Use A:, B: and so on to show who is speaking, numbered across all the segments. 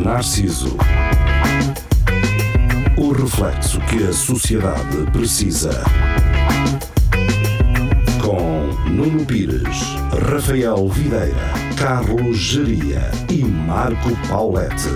A: preciso. O reflexo que a sociedade precisa. Com Nuno Pires, Rafael Videira, Carlos Geria e Marco Paulette.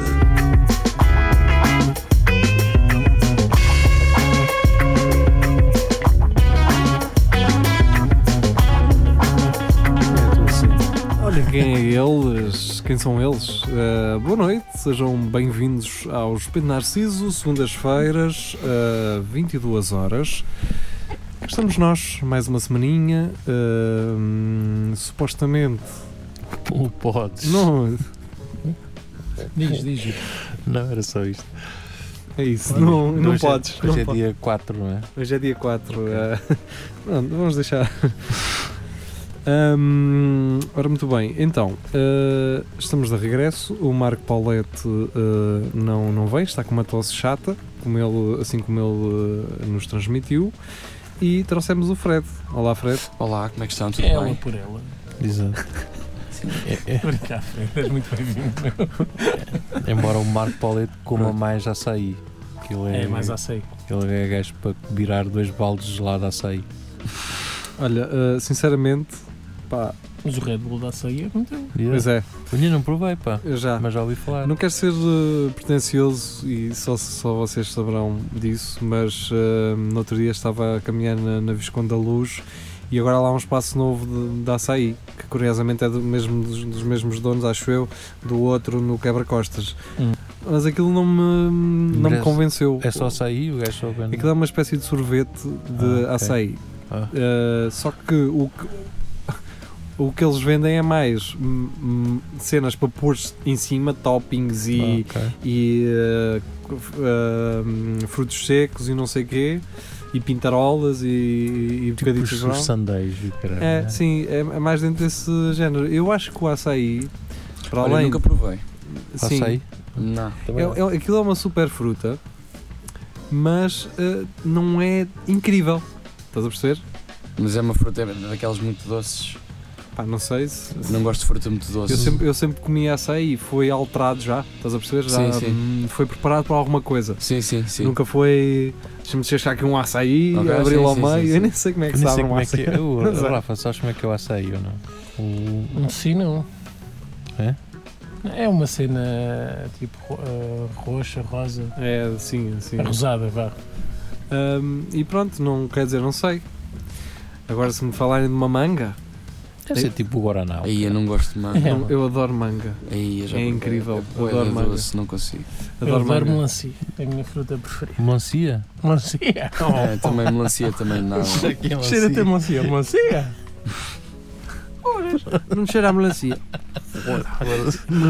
B: Olha quem é eles, quem são eles. Uh, boa noite, sejam bem-vindos ao Espelho Narciso, segundas-feiras, uh, 22 horas. Cá Estamos nós, mais uma semaninha. uh, hum, supostamente.
C: Pô, podes.
B: Não, diz, diz.
C: Não, era só isto.
B: É isso, não, não
C: Hoje é-
B: podes.
C: Hoje
B: não
C: é
B: podes.
C: dia 4, não é?
B: Hoje é dia 4. pronto, vamos deixar. Hum, ora, muito bem, então eh, estamos de regresso. O Marco Paulette eh, não, não vem, está com uma tosse chata, como ele, assim como ele eh, nos transmitiu. E trouxemos o Fred. Olá, Fred.
D: Olá, como é que estão? Tudo
E: Ela
D: bem?
E: por ela.
C: Exato. É-
E: Por cá, Fred, és muito bem-vindo.
C: é- embora o Marco Paulete coma mais açaí. Que ele é,
E: É, mais açaí.
C: Ele é gajo para virar dois baldes de gelado de açaí.
B: Olha, eh, sinceramente, pá,
E: Mas o Red Bull da açaí é muito bom.
C: Yeah.
B: pois é,
C: Eu ainda não provei, pá.
B: eu já.
C: Mas já ouvi falar.
B: Não quero ser eh, pretencioso e só, só vocês saberão disso, mas eh, no outro dia estava a caminhar na, na Visconde da Luz e agora lá há um espaço novo de, de açaí, que curiosamente é do mesmo, dos, dos mesmos donos, acho eu, do outro no Quebra-Costas.
E: Hum.
B: Mas aquilo não me, não me
C: Merece.
B: convenceu.
C: É só açaí, o gajo só vende.
B: Aquilo é uma espécie de sorvete de
C: Ah, ok.
B: açaí.
C: Ah.
B: Uh, só que o que. O que eles vendem é mais hum, hum, cenas para pôr em cima, toppings
C: Ah,
B: e,
C: ok.
B: e, uh, f- uh, hum, frutos secos e não sei quê, e pintarolas e, e
C: Tipo
B: bocadinhos
C: os,
B: de
C: os
B: grão.
C: sandeios e o caralho.
B: É,
C: né?
B: sim, é, é mais dentro desse género. Eu acho que o açaí, para
D: Olha, eu
B: além.
D: nunca provei.
B: sim,
C: Açaí?
D: Não.
C: Também não.
B: é- é- aquilo é uma super fruta, mas uh, não é incrível. Estás a perceber?
D: Mas é uma fruta daquelas muito doces.
B: Pá, não sei se.
D: Não gosto de fruta muito doce.
B: Eu sempre, eu sempre comi açaí e foi alterado já, estás a perceber? Já
D: Sim, sim.
B: hum, foi preparado para alguma coisa.
D: Sim, sim, sim.
B: Nunca foi. Deixa-me deixar aqui um açaí,
D: Ok,
B: abri lo ao
D: sim, sim,
B: meio.
D: sim,
B: Eu
D: sim.
B: nem sei como é
C: Eu
B: que
C: nem
B: sabe
C: sei
B: um
C: como é
B: açaí.
C: que é. Eu,
B: Não sei.
C: Rafa, sabes como é que é o açaí ou não? O-
E: Não sei, não. É uma cena tipo ro- eh, roxa, rosa.
B: É, sim, sim.
E: Rosada, vá.
B: Hum, e pronto, não quer dizer, não sei. Agora, se me falarem de uma manga,
C: Deve ser tipo o Guaraná.
D: Aí eu não gosto de manga.
E: É.
B: não, eu adoro manga.
D: Aí eu já
B: É
D: provei.
B: incrível,
D: É bué
B: adoro
D: de
B: manga.
D: doce, não consigo.
E: Eu
B: Adoro
E: adoro
B: manga.
E: melancia. É a minha fruta preferida.
C: Melancia?
E: Melancia.
B: Oh.
D: É, também melancia também não.
E: Cheira até melancia. Melancia?
B: Não cheira a melancia.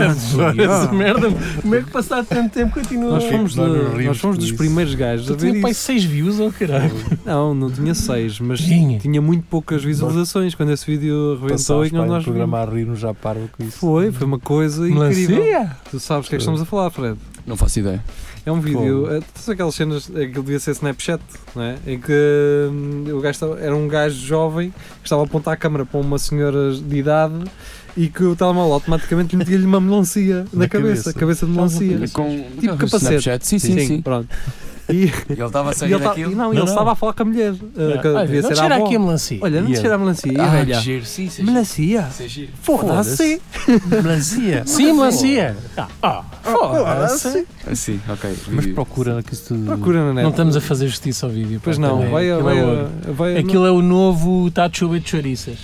E: Essa merda. Como é que passado tanto tempo continua?
B: Nós fomos, de-
C: Nós nos
B: nós
C: rimos
B: fomos
C: com
B: dos
C: isso.
B: primeiros gajos a
E: Tu
B: ver
E: tinha pai
B: isso.
E: 6 views, ou caralho?
B: Não, não tinha seis, mas
E: Tinha.
B: tinha muito poucas visualizações quando esse vídeo arrebentou
C: Passámos
B: e quando
C: para
B: nós
C: o programa a rir-nos à parva com isso.
B: Foi, foi uma coisa incrível.
E: Melancia?
B: Tu sabes o que é que estamos a falar, Fred.
D: Não faço ideia.
B: É um vídeo,
C: Como?
B: eh, todas aquelas cenas, aquilo devia ser Snapchat, não é? Em que hum, o gajo estava- era um gajo jovem que estava a apontar a câmera para uma senhora de idade e que o telemóvel automaticamente lhe metia-lhe uma melancia na,
C: Na
B: cabeça,
C: cabeça.
B: cabeça de melancia.
D: Com
B: Tipo
D: com
B: capacete.
D: Snapchat. Sim, sim, sim.
B: Pronto. E,
D: E Ele estava a
B: e ele,
D: sair
B: ta-
D: daquilo.
B: e não, ele
C: Não, não.
B: estava a falar com a mulher. eh, que
E: É. Olha,
B: devia
E: não
B: ser a
E: cheira
B: avó.
E: aqui a melancia.
B: Olha, não te
C: E ele?
B: cheira a melancia, e a
D: Ah, que
B: velha.
D: giro. Sim, sim.
B: Melancia?
D: Isso é giro.
B: Foda-se!
C: Melancia.
E: Sim, melancia. Ah, foda-se.
D: Assim, ok.
C: Mas
D: vi.
C: procura que isso tudo.
B: Procura na net.
E: Não estamos a fazer justiça ao vídeo.
B: é.
E: pá,
B: Pois não,
E: também.
B: vai a.
E: aquilo,
B: Vai
E: é
B: a-
E: ouro.
B: vai a-
E: Aquilo é o novo Tachuba de Chouriças.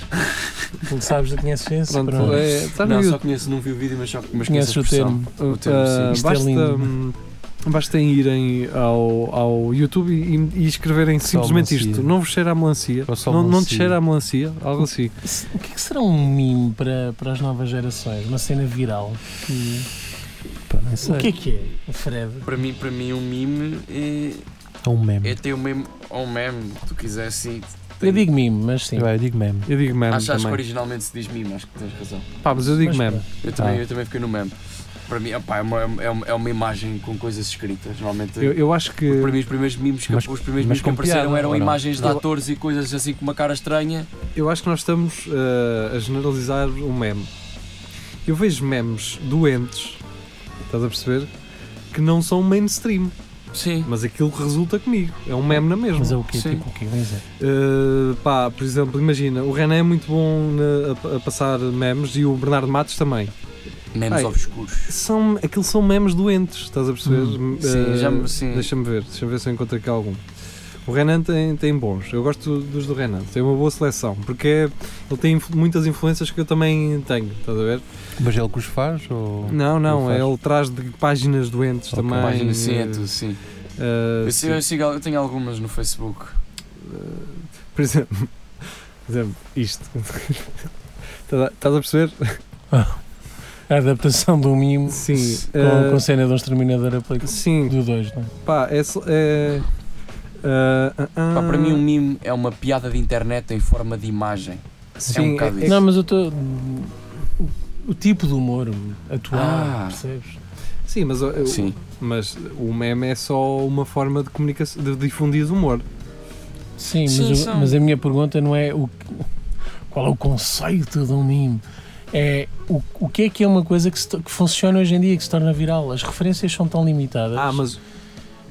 E: Tu sabes, tu conheces esse?
B: Pronto,
E: Pronto.
B: é, está no
D: Não,
B: YouTube.
D: só conheço, não vi o vídeo, mas só mas
E: Conheces
D: conheço a
E: o
D: expressão.
E: termo.
B: Uh,
D: Termo, sim.
B: uh,
E: Isto é
B: basta,
E: lindo.
B: hum, basta irem ao, ao YouTube e, e escreverem
C: Só
B: simplesmente
C: melancia.
B: isto: não vos cheira a melancia,
C: Ou só
B: não, não te
C: melancia.
B: cheira a melancia, algo assim.
E: Se- O que é que será um mimo para, para as novas gerações? Uma cena viral? Que-
C: Pá, nem sei.
E: O que é que é, o Fred?
D: Para mim, para mim, um mime é,
C: É um meme.
D: é ter um meme ou um meme, que tu quiser assim. tem-
E: Eu digo mimo, mas sim.
C: Eu, eu digo meme.
B: Eu digo meme
D: Acho, acho que
B: também.
D: originalmente se diz meme, acho que tens razão.
B: Pá, mas eu digo
E: Mas,
B: meme.
E: pá,
D: Eu também,
C: Ah.
D: eu também fiquei no meme. Para mim, opá, é, uma, é, uma, é uma imagem com coisas escritas. Normalmente,
B: Eu, eu acho que.
D: para mim, os primeiros memes que,
C: Mas-
D: os primeiros
C: mas
D: memes que
C: com
D: apareceram
C: piada,
D: eram
C: ou não?
D: imagens de
B: Eu-
D: atores e coisas assim com uma cara estranha.
B: Eu acho que nós estamos uh, a generalizar o meme. Eu vejo memes doentes, estás a perceber? que não são mainstream,
D: Sim.
B: mas aquilo resulta comigo. É um meme na mesma.
E: Mas é o quê?
D: Sim.
E: Tipo o quê? Vem dizer.
B: Uh, pá, por exemplo, imagina, o Renan é muito bom na- a, a passar memes e o Bernardo Matos também.
D: Memes
B: Ai.
D: obscuros.
B: São, aquilo são memes doentes, estás a perceber?
E: Hum,
B: Uh,
D: sim, já me- sim.
B: Deixa-me ver, deixa-me ver se eu encontro aqui algum. O Renan tem, tem bons, eu gosto dos do Renan, tem uma boa seleção, porque é- ele tem influ- muitas influências que eu também tenho, estás a ver?
C: Mas ele que os faz? Ou...
B: Não, não,
C: faz.
B: ele traz de páginas doentes
C: Ok.
B: também.
D: Página sim, é
B: uh,
D: tudo, sim.
B: uh,
D: Eu,
B: sim.
D: sei- eu, sigo- eu tenho algumas no Facebook.
B: Por exemplo, por exemplo isto. Estás a- estás a perceber?
E: A adaptação do mimo
B: Sim.
E: com,
B: eh,
E: com a cena do Exterminador aplica
B: Sim,
E: do 2, não é?
B: pá, é. só- é ah, ah, ah,
D: Pá, para mim, um meme é uma piada de internet em forma de imagem.
B: sim,
D: é um bocado
B: é-
D: isso.
E: Não, mas eu estou. O tipo de humor atual,
D: Ah.
E: percebes?
B: sim, mas, eu-
D: Sim.
B: mas o meme é só uma forma de comunicação, de difundir humor.
E: Sim, mas,
D: Sim,
E: o-
D: são.
E: mas a minha pergunta não é o, qual é o conceito de um meme. É o, o que é que é uma coisa que, se to- que funciona hoje em dia, que se torna viral? As referências são tão limitadas.
B: Ah, mas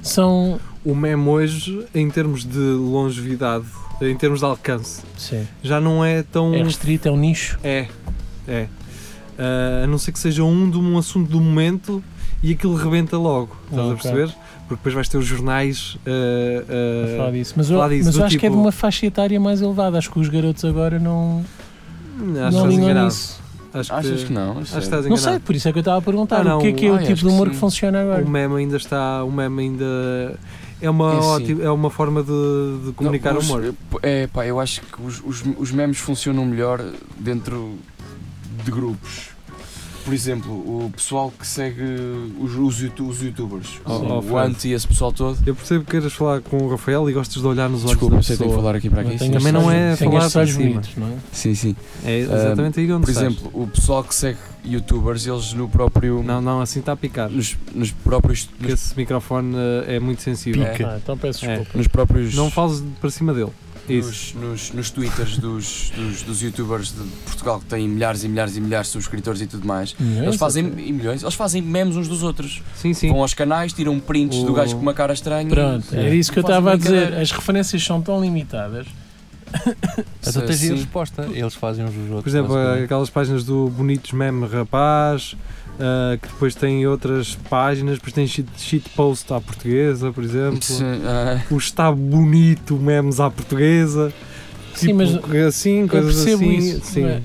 E: São.
B: o meme hoje, em termos de longevidade, em termos de alcance,
E: Sim.
B: já não é tão.
E: É restrito, é um nicho.
B: É, é. Ah, a não ser que seja um de um assunto do momento e aquilo rebenta logo. Estás a
E: Ok.
B: perceber? Porque depois vais ter os jornais.
E: a
B: ah, ah,
E: falar disso. Mas eu,
B: falar disso,
E: mas
B: do
E: eu acho que é de
B: tipo-
E: uma faixa etária mais elevada. Acho que os garotos agora não,
B: não, acho que
E: não
B: estás
E: ligam
B: enganado.
E: nisso.
B: Acho que,
D: Achas que não? Acho
B: acho que estás
E: Não
B: enganado.
E: sei, por isso é que eu estava a perguntar.
B: Ah, não,
E: o que é que é
D: ah,
E: o
D: acho
E: tipo de
D: que
E: humor
D: sim.
E: que funciona agora?
B: O meme ainda está. O meme ainda. É uma,
D: É assim.
B: ótima, é uma forma de, de comunicar
D: Não, os-
B: humor.
D: É, pá, eu acho que os, os, os memes funcionam melhor dentro de grupos. Por exemplo, o pessoal que segue os, os, youtu- os youtubers,
B: Oh,
D: o,
B: oh,
D: o
B: Fred.
D: Ant e esse pessoal todo.
B: Eu percebo que queiras falar com o Rafael e gostas de olhar nos olhos
D: Desculpa,
B: da
D: não sei, tenho que
B: pessoa.
D: falar aqui para aqui.
E: Tem
D: sim.
B: Também
E: estes
B: não é
E: olhos- tem
B: falar
E: estes
B: para
E: olhos
B: cima.
E: bonitos, não é?
D: Sim, sim.
B: É exatamente aí que onde
D: Por
B: estás.
D: exemplo, o pessoal que segue youtubers, eles no próprio.
B: Não, não, assim está a picar.
D: Nos, nos próprios.
B: Porque
D: Nos,
B: esse microfone eh, é muito sensível.
D: Pica.
E: Ah, então peço
B: É.
E: desculpa.
D: nos próprios.
B: Não fales para cima dele. Isso.
D: nos, nos, nos twitters dos, dos, dos youtubers de Portugal que têm milhares e milhares e milhares de subscritores e tudo mais.
E: é
D: Eles fazem e milhões, eles fazem memes uns dos outros.
B: Sim, sim.
D: Vão aos canais, tiram prints
B: O-
D: do gajo com uma cara estranha.
E: Pronto, era isso que eu
D: É. Fazem
E: estava a dizer.
D: brincadeira.
E: As referências são tão limitadas.
D: Se-
C: Então tens aí a
D: sim.
C: resposta. Eles fazem uns dos outros.
B: Por exemplo,
C: fazem
B: eh,
C: um.
B: aquelas páginas do Bonitos Meme Rapaz, eh, que depois tem outras páginas, depois tem shit, shitpost à portuguesa, por exemplo.
D: Sim, ah,
B: O está bonito memes à portuguesa.
E: Sim,
B: tipo,
E: mas
B: assim, coisas
E: percebo
B: assim.
E: isso, é?
B: sim.
D: é?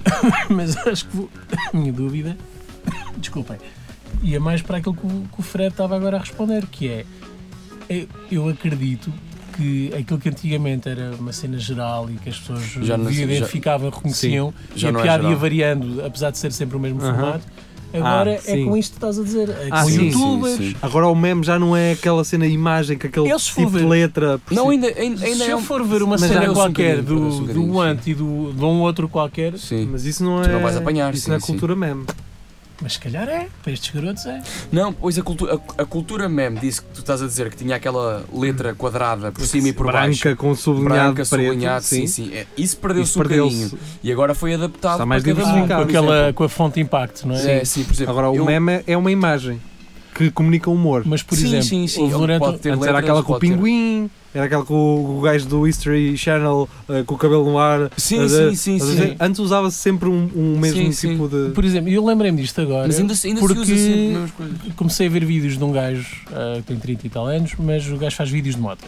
E: Mas acho que vou- a minha dúvida, desculpem, ia mais para aquilo que o, que o Fred estava agora a responder, que é eu- eu acredito que aquilo que antigamente era uma cena geral e que as pessoas
D: Já não-
E: via-
D: já-
E: identificavam, reconheciam,
D: já
E: e a
D: não é
E: piada ia
D: geral.
E: variando, apesar de ser sempre o mesmo
B: Aham.
E: formato, agora
B: Ah,
E: é
B: sim.
E: com isto que estás a dizer, é
B: Ah,
E: com
B: sim,
E: youtubers,
D: sim, sim.
B: Agora o meme já não é aquela cena imagem que aquele
E: Eu, se for
B: tipo de
E: ver-
B: letra. por
D: Não,
B: si-
D: ainda, ainda, ainda
E: Se
D: é
E: eu
D: um.
E: for ver uma
D: mas já é
E: cena
D: um
E: qualquer
D: bocadinho,
E: do,
D: parece um
E: do
D: bocadinho,
E: Ant e do, de um outro qualquer,
D: Sim.
B: Mas isso não é.
D: Tu não vais apanhar,
B: Isso
D: sim,
B: não é
D: sim.
B: cultura meme.
E: mas se calhar é, para estes garotos é.
D: Não, pois a, cultu a, a cultura meme disse que tu estás a dizer que tinha aquela letra quadrada por cima e por
B: Branca
D: baixo.
B: com um sublinhado
D: Branca,
B: preto.
D: sublinhado, sim, sim. É, isso perdeu-se
B: Isso
D: um bocadinho.
B: perdeu-se.
D: E agora foi adaptado
B: Está mais
D: para cada um,
B: diversificado.
E: Ah, com,
D: por
E: aquela,
D: exemplo.
E: com a fonte impacto, não é?
D: É, sim, por exemplo.
B: Agora, o
D: eu-
B: meme é uma imagem que comunica humor.
E: Mas, por
D: Sim,
E: exemplo,
D: sim, sim, é um
E: houve
D: ele
E: durante-
D: pode ter
B: um Antes era
D: letras,
B: aquela com o
D: pode ter-
B: pinguim, era aquela com o, o gajo do History Channel eh, com o cabelo no ar.
D: Sim,
B: Mas,
D: sim,
B: eh,
D: sim,
B: Estás a
D: sim.
B: dizer? Antes usava-se sempre um, um mesmo
D: Sim, sim.
B: tipo de.
E: por exemplo, eu lembrei-me disto agora.
D: Mas ainda, se- ainda se
E: Porque-
D: usa sempre as mesmas coisas.
E: Comecei a ver vídeos de um gajo ah, que tem 30 e tal anos, mas o gajo faz vídeos de moto.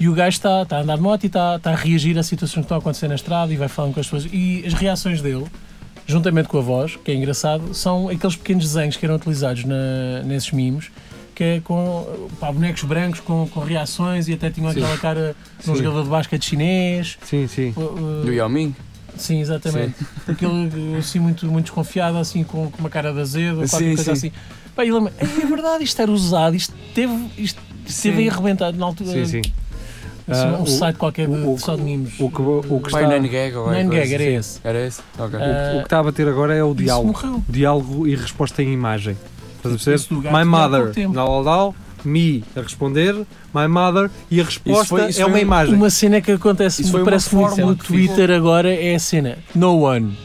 E: E o gajo está está a andar de moto e está está a reagir a situações que estão a acontecer na estrada e vai falando com as pessoas. E as reações dele, juntamente com a voz, que é engraçado, são aqueles pequenos desenhos que eram utilizados na- nesses mimos, que é com pá, bonecos brancos com, com reações e até tinham
B: Sim.
E: aquela cara de um
B: Sim.
E: jogador de basquete chinês.
B: Sim, sim.
E: Uh, uh,
D: Do Yao Ming?
E: Sim, exatamente. Porque ele assim muito, muito desconfiado, assim com, com uma cara de azedo, qualquer
D: Sim,
E: coisa
D: sim.
E: assim. Pá, e lembra é verdade, isto era usado, isto teve, isto
D: Sim.
E: esteve aí arrebentado na altura.
B: Sim, sim.
E: assim,
B: Ah,
E: um
B: o-
E: site qualquer de,
B: o-
E: de só de mimos.
B: o que- o que é
D: Pai
B: Está-
D: Nine Gag Ah, ou
E: Nine
D: alguma
E: Gag
D: coisa
E: era
D: assim.
E: esse.
D: Era esse? Ok.
B: O, o que está a bater agora é o
E: Isso
B: diálogo.
E: morreu.
B: Diálogo e resposta em imagem. Estás a
E: Isso do
B: perceber?
E: gato
B: My
E: tinha
B: mother,
E: pouco tempo.
B: dal, dal, dal, me a responder, my mother, e a resposta
D: Isso foi- isso
B: é uma
D: foi
B: imagem.
E: Uma cena que acontece,
D: Isso foi
E: me
D: uma
E: parece muito
D: fórmula
E: no
D: que ficou-
E: Twitter agora, é a cena No One.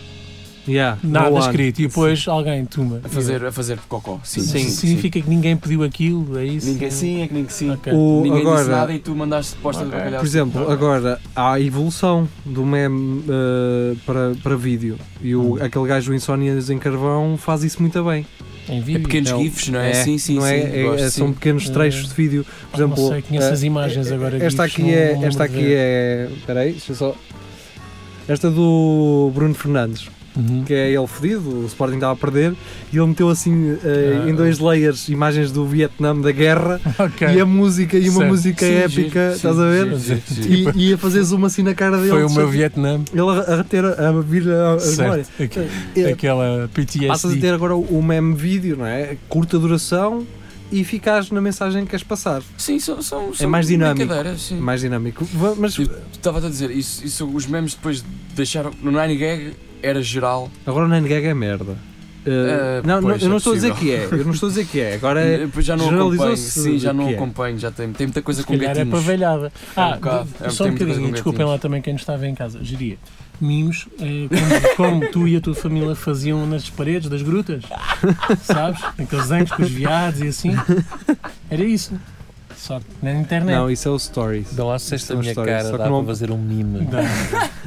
B: Yeah,
E: nada
B: no one.
E: escrito. E depois alguém tuma.
D: A fazer, a fazer cocó. Sim,
E: Isso significa que ninguém pediu aquilo, é isso?
D: Ninguém sim, é que ninguém sim.
E: Ok.
B: O-
D: Ninguém disse
B: agora-
D: nada e é assim. tu mandaste posta de
E: Ok.
D: bacalhau.
B: Por exemplo,
E: Ok.
B: agora há a evolução do meme eh, para, para vídeo. E o,
C: Hum.
B: aquele gajo do Insónias em Carvão faz isso muito bem.
E: Em
D: É
E: vídeo.
D: pequenos
B: É,
D: gifs, não é? sim, sim,
B: não é?
D: sim.
B: É-
D: gosto,
B: é- são
D: sim.
B: pequenos
E: Eh,
B: trechos de vídeo. Por
E: Ah,
B: exemplo,
E: não sei, conheço
B: eh,
E: as imagens agora.
B: esta
E: GIFs,
B: aqui
E: não-
B: é.
E: não
B: Esta
E: lembro de
B: aqui
E: ver.
B: é. Espera aí, deixa eu só. Esta do Bruno Fernandes,
E: Uhum.
B: que é ele fedido, o Sporting estava a perder, e ele meteu assim eh,
E: Ah.
B: em dois layers imagens do Vietnã da guerra
E: Ok.
B: e a música, e uma
E: Certo.
B: música
D: Sim,
B: épica,
D: giro, sim,
B: estás a ver?
D: giro, giro, giro.
B: E, e a fazer zoom assim na cara dele.
E: Foi o
B: de certeza.
E: meu Vietnã.
B: Ele a, a reter a, a vir a, a memória. Eh,
E: Certo. é Aqu- Aquela
B: É, Passas a
E: PTSD.
B: ter agora o meme vídeo, não é? Curta duração e ficas na mensagem que queres passar.
D: Tipo, Sim, são, são, são
B: mais dinâmico.
D: brincadeiras, Sim.
B: Mais dinâmico. Va- Mas
D: Sim. Estava a dizer, isso, isso os memes depois deixaram. No Nine Gag era geral.
B: agora o Nine Gag é merda. Uh,
D: Ah,
B: não, não,
D: pois,
B: eu não
D: é
B: estou a dizer que é.
D: possível.
B: Eu não estou a dizer que é. Agora é.
D: Depois já não acompanho.
B: generalizou-se
D: Sim, já
B: do
D: não
B: que é.
D: acompanho. Já tem, tem muita coisa
E: Se
D: com
E: calhar é para
D: gatinhos.
E: velhada. Ah,
D: bocado.
E: de-
D: É,
E: só
D: tem muita coisa
E: um bocadinho,
D: com
E: desculpem
D: gatinhos.
E: lá também quem nos estava em casa. Geria, mimos, eh, como, como tu e a tua família faziam nas paredes das grutas, sabes? Aqueles desenhos com os viados e assim. Era isso. Sorte, na internet.
B: Não, isso é o Stories.
C: Não acesseste a
B: São
C: minha
B: histórias,
C: cara,
B: é só
C: dá
B: que não-
C: para fazer um mime.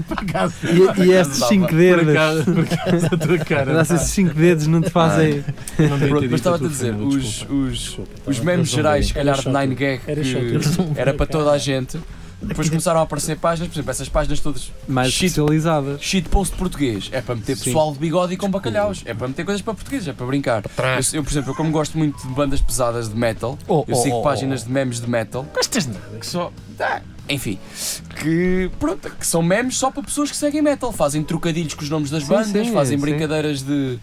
E: Por acaso,
B: E, e estes
D: dava.
B: 5
E: por
B: dedos.
E: acaso, por acaso a tua cara.
D: tá-
B: Mas Esses 5 dedos não te fazem.
E: Não devia ter
D: Pronto,
E: dito
D: mas estava a
E: tua
D: dizer,
E: família,
D: os,
E: então desculpa.
D: os,
E: Desculpa, estava-
D: os memes
E: eles não
D: gerais, se
E: veem.
D: calhar, de
E: Era
D: Nine Gag,
E: Era chato,
D: que
E: eles não
D: era
E: veem,
D: para toda a
E: cara.
D: gente. Depois começaram a aparecer páginas, por exemplo, essas páginas todas.
B: Mais
D: Shit.
B: especializadas.
D: Shitpost português. É para meter
B: Sim.
D: pessoal de bigode e com bacalhaus. É para meter coisas para portugueses, é para brincar. Eu, eu, por exemplo, eu como gosto muito de bandas pesadas de metal,
C: Oh,
D: eu
C: oh,
D: sigo
C: oh,
D: páginas
C: oh.
D: de memes de metal.
E: Gostas de nada.
D: que só. Ah, enfim. Que. Pronto, que são memes só para pessoas que seguem metal. Fazem trocadilhos com os nomes das
B: Sim,
D: bandas,
B: sim,
D: fazem
B: sim.
D: brincadeiras de.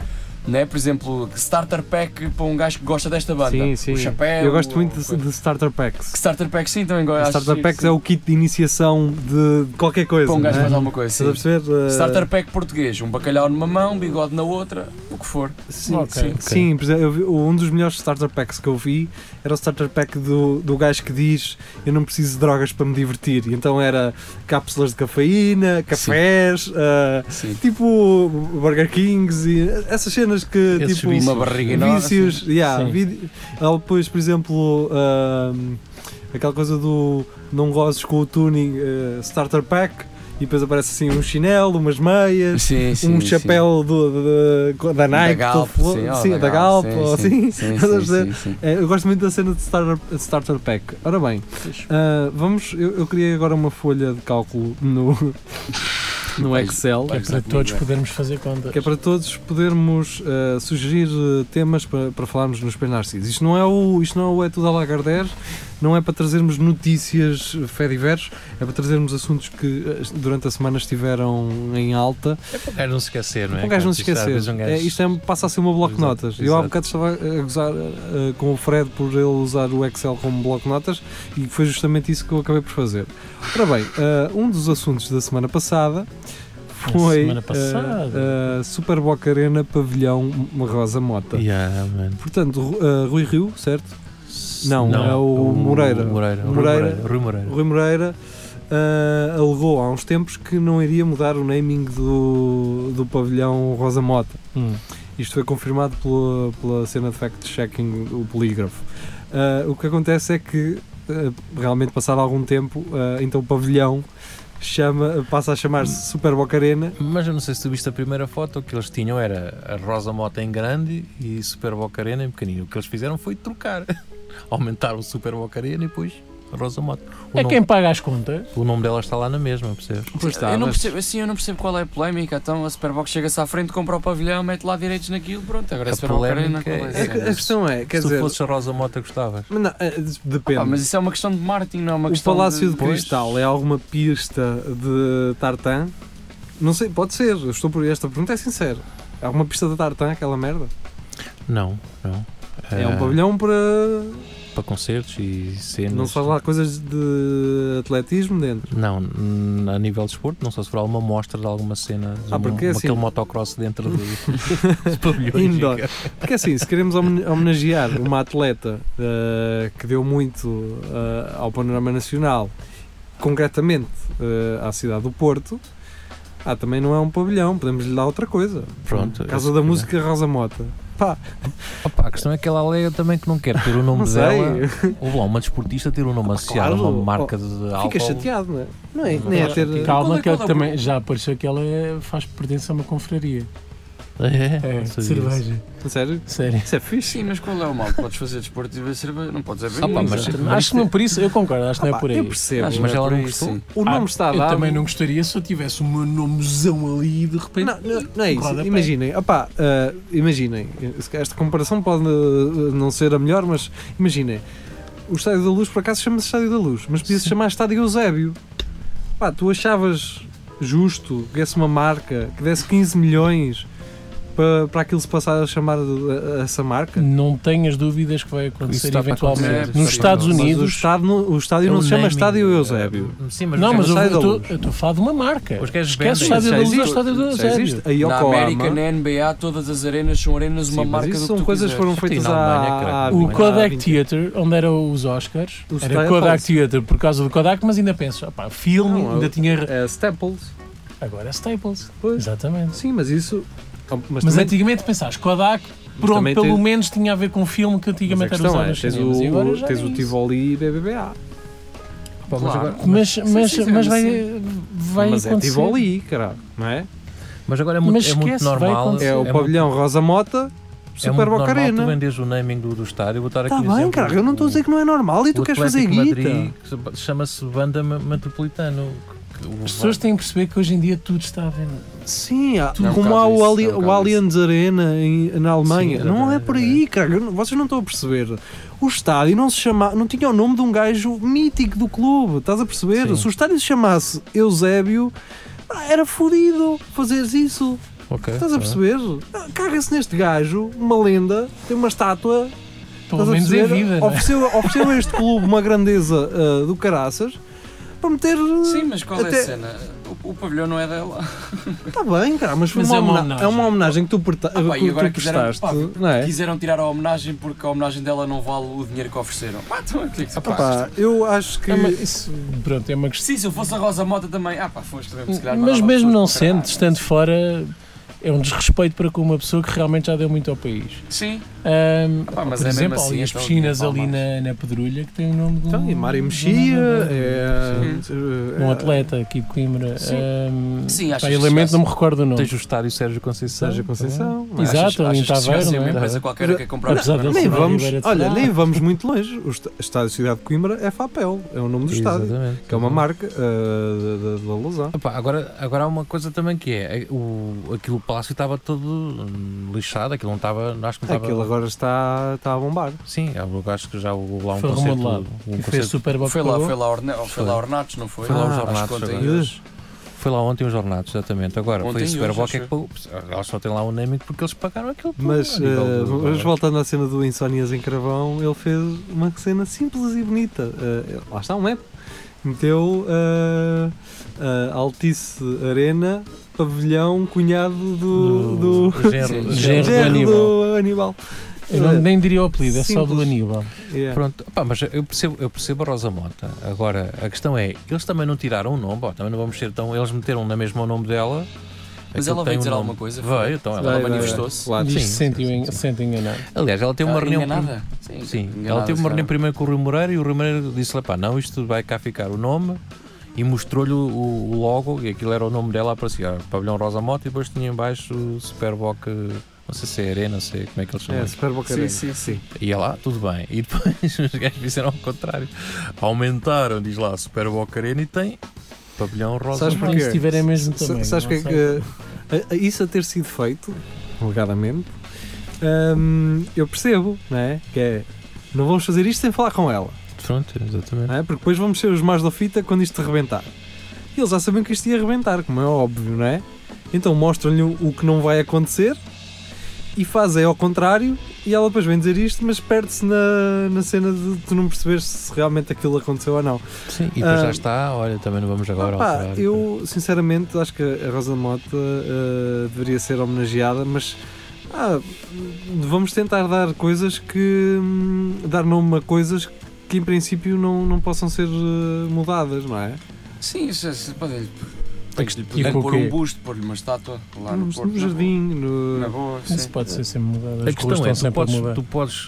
D: Né? Por exemplo, starter pack para um gajo que gosta desta banda.
B: Sim, sim.
D: É O chapéu.
B: Eu gosto muito
D: ou
B: de,
D: coisa.
B: de Starter Packs.
D: Que starter pack sim, também gosto. acho
B: Starter
D: giro,
B: Packs
D: sim.
B: é o kit de iniciação de qualquer coisa.
D: Para um gajo
B: não é?
D: mais alguma coisa.
B: Estás a
D: Sim.
B: perceber? Uh,
D: Starter pack português. Um bacalhau numa mão, um bigode na outra, o que for.
B: Sim,
E: Ok,
B: sim,
C: ok.
B: sim, por exemplo, eu vi- um dos melhores starter packs que eu vi era o starter pack do, do gajo que diz eu não preciso de drogas para me divertir. E Então era cápsulas de cafeína, cafés, ah,
D: Sim.
B: tipo Burger Kings e essas cenas que
C: Esses
B: tipo
C: vícios.
D: Uma barriga enorme.
B: vícios. Yeah,
E: Sim.
B: vid- Ele pôs, por exemplo, ah, aquela coisa do não gozes com o tuning ah, starter pack e depois aparece assim um chinelo, umas meias
D: Sim,
B: um
D: assim. sim,
B: chapéu do- do- do- da
D: sim. Da
B: Nike,
D: Galp,
B: todo
D: sim,
B: flo-
D: ó,
B: sim, da Galp, ou assim.
D: Sim,
B: Estás a
D: sim,
B: perceber?
D: sim, sim.
B: É, Eu gosto muito da cena de Starter, starter Pack. Ora bem, ah, vamos. Eu, eu criei agora uma folha de cálculo no, no
D: Vai-
B: Excel.
D: vai-
E: É Para todos podermos fazer contas.
B: Que é para todos podermos ah, sugerir ah, temas para, para falarmos nos Espelho Narciso. Isto não é o isto não é, o é tudo a Lagardère, não é para trazermos notícias fé diversos, é para trazermos assuntos que ah, durante a semana estiveram em alta
C: É para o gajo não se esquecer, não é?
B: um gajo não
C: Quando
B: se
C: isto está, às vezes
B: esquecer.
C: um gajo-
B: É, isto é, passa a ser o meu bloco de
C: Exato,
B: notas. Eu há
C: exato.
B: bocado estava a gozar eh, com o Fred por ele usar o Excel como bloco de notas e foi justamente isso que eu acabei por fazer. Ora bem, eh, um dos assuntos da semana passada foi
E: semana passada?
B: eh, eh, Super Boca Arena Pavilhão Rosa Mota.
C: Yeah, man.
B: Portanto, Ru- eh, Rui Rio, certo? Não, é o Moreira.
C: Moreira.
B: O Moreira.
C: Rui Moreira.
B: Rui Moreira eh, alegou há uns tempos que não iria mudar o naming do, do pavilhão Rosa Mota.
E: Hum.
B: Isto foi confirmado pela, pela cena de fact-checking, o polígrafo. Ah, o que acontece é que, ah, realmente, passado algum tempo, ah, então o pavilhão chama, passa a chamar-se Super Boca Arena.
C: Mas eu não sei se tu viste a primeira foto, o que eles tinham era a Rosa Mota em grande e Super Boca Arena em pequenino. O que eles fizeram foi trocar. Aumentaram o Super Boca Arena e depois a Rosa Mota. O,
E: É
C: nome,
E: quem paga as contas.
C: o nome dela está lá na mesma, percebes?
B: Pois está,
D: eu não
B: mas-
D: percebo, assim, eu não percebo qual é a polémica. Então a Superbox chega-se à frente, compra o pavilhão, mete lá direitos naquilo, pronto. Agora
C: A
D: a Superbox Arena.
C: polémica
D: qual
C: é-
D: é a
B: É que
D: cena?
B: a questão é, quer
C: se tu
B: dizer,
C: fosses a Rosa Mota, gostavas.
B: mas não, ah, depende.
D: Pá, mas isso é uma questão de marketing, não é uma
B: o
D: questão
B: Palácio de,
D: Pois.
B: Cristal é alguma pista de tartan? Não sei, pode ser. Eu estou por esta pergunta é sincera. É alguma pista de tartan, aquela merda?
C: Não, não.
B: É um
C: Ah,
B: pavilhão para
C: Para concertos e cenas.
B: não se faz lá coisas de atletismo dentro.
C: Não, n- a nível de esporto, não só se for alguma mostra de alguma cena, de
B: Ah,
C: uma-
B: porque é assim-
C: aquele motocross dentro do, do pavilhão.
B: Indoor. Porque assim, se queremos homen- homenagear uma atleta eh, que deu muito eh, ah, ao panorama nacional, concretamente eh, à cidade do Porto, Ah, também não é um pavilhão, podemos lhe dar outra coisa.
C: Pronto,
B: Casa
C: esse
B: da
C: que é.
B: Música Rosa Mota. Pá,
C: Opa, a questão é que ela alega também que não quer ter o nome
B: não
C: Um dela.
B: sei.
C: Houve lá uma desportista ter o nome associado a
B: Ah, claro. Oh,
C: uma marca de álcool.
B: Fica chateado, não é? Não é, nem é ter.
E: Calma,
D: é-
E: que
D: qual
E: ela
D: é o-
E: também já apareceu que ela é- faz pertence a uma confraria.
C: É,
E: É,
C: não sabia isso.
E: cerveja.
B: Sério?
E: Sério.
B: Isso é fixe.
D: Sim, mas qual é o mal? Podes fazer desporto e beber cerveja? Não podes é beber.
C: Ah, pá, mas-
D: Acho
E: Exatamente. acho que não por isso, eu concordo, acho que não
B: Pá,
E: é por
B: Eu
E: aí.
B: percebo.
D: que
C: mas
D: é
C: ela
D: por
C: não
D: aí,
C: gostou?
D: sim.
B: O nome está a
E: Ah, eu
B: dar.
E: também não gostaria se eu tivesse o meu nomezão ali e de repente.
B: Não, não, não é isso.
E: Rodapé.
B: Imaginem, opá, ah, imaginem. se calhar Esta comparação pode ah, não ser a melhor, mas imaginem. O Estádio da Luz, por acaso, chama-se Estádio da Luz, mas podia-se chamar Estádio Eusébio. Pá, tu achavas justo que desse uma marca, que desse 15 milhões para, para aquilo se passar a chamar de- a- a essa marca?
E: Não tenhas dúvidas que vai
C: Isso
E: acontecer
C: está para
E: eventualmente.
D: acontecer.
E: Nos Estados
C: Mas
B: Mas um o,
E: Unidos.
B: estádio, não- o estádio
C: É
B: não
C: o
B: se chama
C: naming.
B: Estádio Eusébio.
C: Sim, mas é
E: Não,
C: os
E: mas
B: Estádio
E: eu
B: da
E: eu
B: Luz.
E: tô- eu estou a falar de uma marca.
C: Os gajos
E: Esquece o
C: vendem,
E: Estádio da
C: isso
E: Luz,
C: já
E: é o Estádio da Luz.
B: Já existe. A
D: Na
B: Yokohama.
D: América, na NBA, todas as arenas são arenas de uma
B: Sim, mas
D: marca
B: isso
D: do
B: são
D: que tu
B: coisas que
D: quiseres.
B: foram feitas
C: Sim, na Alemanha,
B: é há, há
C: crack.
E: O
C: Há
E: Kodak
B: 20
E: Theater, onde eram os Oscars,
B: Os
E: era
B: Staples.
E: Kodak Theater por causa do Kodak, mas ainda penso, opá, filme,
B: Não,
E: ainda
B: eu-
E: tinha.
B: É, Staples.
E: Agora é Staples.
B: Pois.
E: Exatamente.
B: Sim, mas isso. Então, Mas,
E: Mas,
B: também,
E: antigamente pensavas, Kodak, pronto,
B: também
E: pelo
B: tem-
E: menos tinha a ver com um filme que
B: mas a
E: antigamente era
B: questão
E: usado
B: é:
E: nos
B: tens
E: cinemas. E agora
B: o,
E: já
B: tens
E: é
B: o
E: isso.
B: Tivoli e BBVA.
C: Pá, mas,
D: Claro.
C: agora,
E: Mas, mas,
D: sim, sim,
E: mas vai,
D: sim.
E: vai
B: mas é
E: acontecer.
B: Tivoli, caralho, não é?
C: mas agora é muito,
E: Mas
C: é muito
E: esquece, vai
C: normal.
E: acontecer.
B: É o
C: muito-
B: pavilhão Rosa Mota,
C: é
B: Super
C: muito normal tu
B: Bocarena.
C: vendes o naming do, do estádio. Vou estar aqui
B: Está
C: a
B: Tá bem,
C: exemplo,
B: cara, eu não estou a
C: o-
B: dizer que não é normal e tu
C: o
B: queres fazer
C: Atlético
B: guita.
C: Madrid, que se- Chama-se Banda Me- Metropolitano. que- que o-
E: As pessoas têm que perceber que hoje em dia tudo está a vender.
B: Sim, há-
D: Não,
B: como
D: cabe
B: há o,
D: isso,
B: Ali,
D: não cabe
B: o Allianz Arena em- na Alemanha.
C: Sim,
B: não é
C: exatamente,
B: por aí, cara. eu não- Vocês não estão a perceber. O estádio não se chama, não tinha o nome de um gajo mítico do clube. Estás a perceber?
C: Sim.
B: Se o estádio se chamasse Eusébio, ah, era fodido fazeres isso.
C: Ok,
B: Estás a
C: tá bem.
B: perceber? Ah, Caga-se neste gajo, uma lenda, tem uma estátua.
E: Pelo
B: estás a
E: menos é
B: perceber?
E: vida. não é?
B: ofereceu, ofereceu a este clube uma grandeza ah, do caraças para meter.
D: Sim, mas qual é
B: Até-
D: a cena? O, o pavilhão não é dela.
B: Está Tá bem, cara, mas, foi
E: Mas
B: uma
E: é uma
B: homena- é uma
E: homenagem.
B: homenagem que tu, presta-
D: Ah, pá, e
B: que
D: agora
B: tu
D: quiseram-
B: prestaste,
D: pá,
B: não é?
D: Quiseram tirar a homenagem porque a homenagem dela não vale o dinheiro que ofereceram. Pá, então o que é
C: Ah,
D: que se
B: Opa,
D: passa?
B: eu acho que.
E: É uma- isso, pronto, é uma questão.
D: Sim, se eu fosse a Rosa Mota também. Ah, pá, foste mesmo, se calhar.
E: Mas
D: mandava
E: mesmo
D: pessoas
E: não
D: para o
E: sendo,
D: caralho.
E: estando fora, é um desrespeito para com uma pessoa que realmente já deu muito ao país.
D: Sim,
E: Ahm,
D: Ah, pá, mas é
E: por
D: mesmo
E: exemplo,
D: assim,
E: ali as
D: então,
E: piscinas
D: ninguém
E: ali
D: fala
E: na, na Pedrulha que tem o nome de um,
B: Então, e Mário
E: de um
B: Mexia
E: nadador,
B: é.
E: de Um atleta aqui de Coimbra.
D: Sim.
E: Ahm,
D: Sim, acho
E: pá,
D: que
E: eu lamento,
D: esquece.
E: não me recordo o nome.
C: Tens o estádio Sérgio Conceição.
B: é, Sérgio Conceição. não é?
E: Exato,
D: Achas-
E: ali em
D: achas que se
E: Taveiro,
D: tivesse
E: não é?
D: uma empresa qualquer que comprar
E: Apesar
D: não,
E: dele
D: não,
E: ser
B: Nem vamos,
E: Oliveira de
B: olha,
E: Sá.
B: nem vamos muito longe. O esta- Estádio Cidade de Coimbra é FAPEL, é o nome do estádio,
C: Exatamente.
B: que é uma marca ah, da, da, da Lousã.
C: Epá, agora, agora há uma coisa também que é, é, o, aquilo o palácio estava todo hum, lixado, aquilo não estava, acho que não estava...
B: Aquilo agora está, está a bombar.
C: Sim, há lugar- acho que já houve lá um
E: Foi
C: concerto,
E: remodelado.
C: um
E: E fez
C: concerto-
E: super
D: Foi lá, foi
E: bacalhau.
D: lá, orna, foi lá Ornatos, não foi?
C: Foi lá os
D: Acho que
C: Ornatos
D: ontem
C: agora.
D: eles-
C: foi lá ontem os jornados, exatamente. Agora,
D: Ontem
C: foi
D: e
C: a
D: hoje,
C: Superboc
D: acho
C: é que pagou. Eles só têm lá o naming porque eles pagaram aquilo tudo.
B: Mas,
C: a nível
B: ah,
C: do-
B: mas voltando à cena do Insónias em Carvão, ele fez uma cena simples e bonita. Ah, lá está um app. Meteu ah, ah, Altice Arena, pavilhão, cunhado do- do,
C: do genro.
D: Sim.
E: Genro do
B: Genro
E: Aníbal.
B: do Aníbal.
E: Eu não, nem diria o apelido, é só do
B: Simples.
E: Aníbal.
B: Yeah.
C: Pronto, Pá, mas eu percebo, eu percebo a Rosa Mota. Agora, a questão é, eles também não tiraram o nome, ó, também não vamos ser tão. Eles meteram na mesma o nome dela.
D: Mas
C: Aquilo
D: ela
C: tem
D: veio
C: um
D: dizer
C: nome.
D: alguma coisa?
C: Veio, então ela.
D: Vai,
B: Vai, vai,
D: manifestou-se.
B: vai. Claro.
E: Diz
C: Ah, sim,
E: se sente
C: sim, sim.
E: sente enganado.
C: Aliás, ela teve uma
D: Ela
C: reunião.
D: enganada? Sim,
C: Sim,
D: enganada,
C: ela teve uma
D: se
C: reunião
D: calhar.
C: primeiro com o Rui Moreira e o Rui Moreira disse-lhe, pá, não, isto vai cá ficar o nome e mostrou-lhe o, o logo e aquilo era o nome dela, aparecia ah, Pavilhão Rosa Mota e depois tinha em baixo o Superboc, eh, não sei se é Arena, não sei como é que eles chamam.
B: É, super bocarena.
D: Sim, sim,
C: E ela, ah, tudo bem. E depois os gajos fizeram ao contrário. Aumentaram, diz lá, Superboc Arena e tem Pavilhão Rosa
B: Sabes
C: Mota.
E: Mas
B: porquê?
E: se tiverem mesmo
B: Sa-
E: também.
B: Sabes
E: não
B: que é
E: sei.
B: que a- a- isso a ter sido feito, alegadamente, hum, eu percebo, não é? Que é não vamos fazer isto sem falar com ela,
C: Pronto, exatamente.
B: não é? Porque depois vamos ser os mais da fita quando isto rebentar. E eles já sabem que isto ia rebentar, como é óbvio, não é? Então mostram-lhe o o que não vai acontecer e fazem ao contrário e ela depois vem dizer isto, mas perde-se na, na cena de tu não perceberes se realmente aquilo aconteceu ou não.
C: Sim, e depois
B: Ah.
C: já está, olha, também não vamos agora
B: Opa,
C: alterar.
B: eu sinceramente acho que a Rosa Mota eh, deveria ser homenageada, mas ah, vamos tentar dar coisas que. hum, dar nome a coisas que em princípio não, não possam ser eh, mudadas, não é?
D: Sim, isso é- isso pode- Tem que lhe
B: tipo,
E: E
D: poder
E: com o
D: pôr
E: quê?
D: um busto, pôr-lhe uma estátua lá
B: No,
D: no Porto. é?
B: no jardim, no.
D: Na boa, na boa,
E: Isso
D: sim.
E: pode ser sempre mudado. As
C: A
E: ruas
C: questão
E: estão
C: é, tu
E: sempre a
C: podes,
E: mudar.
C: tu podes,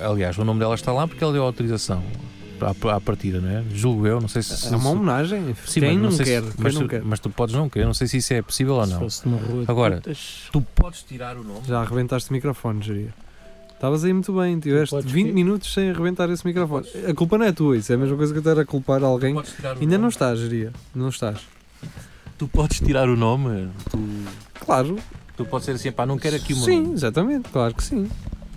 C: eh, aliás, o nome dela está lá porque ela deu autorização à, à partida, não é? Julgo eu, não sei se.
B: É uma homenagem.
C: Sim,
B: quem
C: mas
B: não,
C: sei se-
B: quer?
C: mas,
B: Quem não
C: tu,
B: quer?
C: mas tu podes não querer, não sei se isso é possível ou
E: Se
C: não.
E: fosse numa rua de
C: Agora,
E: putas,
C: Tu podes tirar o nome.
B: Já arrebentaste o microfone, Jeria. Estavas aí muito bem, tiveste
E: Podes
B: 20
E: ir.
B: minutos sem arrebentar esse microfone. A culpa não é tua, isso é a mesma coisa que eu estar a culpar alguém.
C: Podes tirar o
B: Ainda não
C: nome.
B: estás, Jeria. Não estás.
C: Tu podes tirar o nome. Tu,
B: Claro.
C: tu podes ser assim, pá, não quero aqui o meu
B: Sim,
C: nome.
B: exatamente, claro que sim.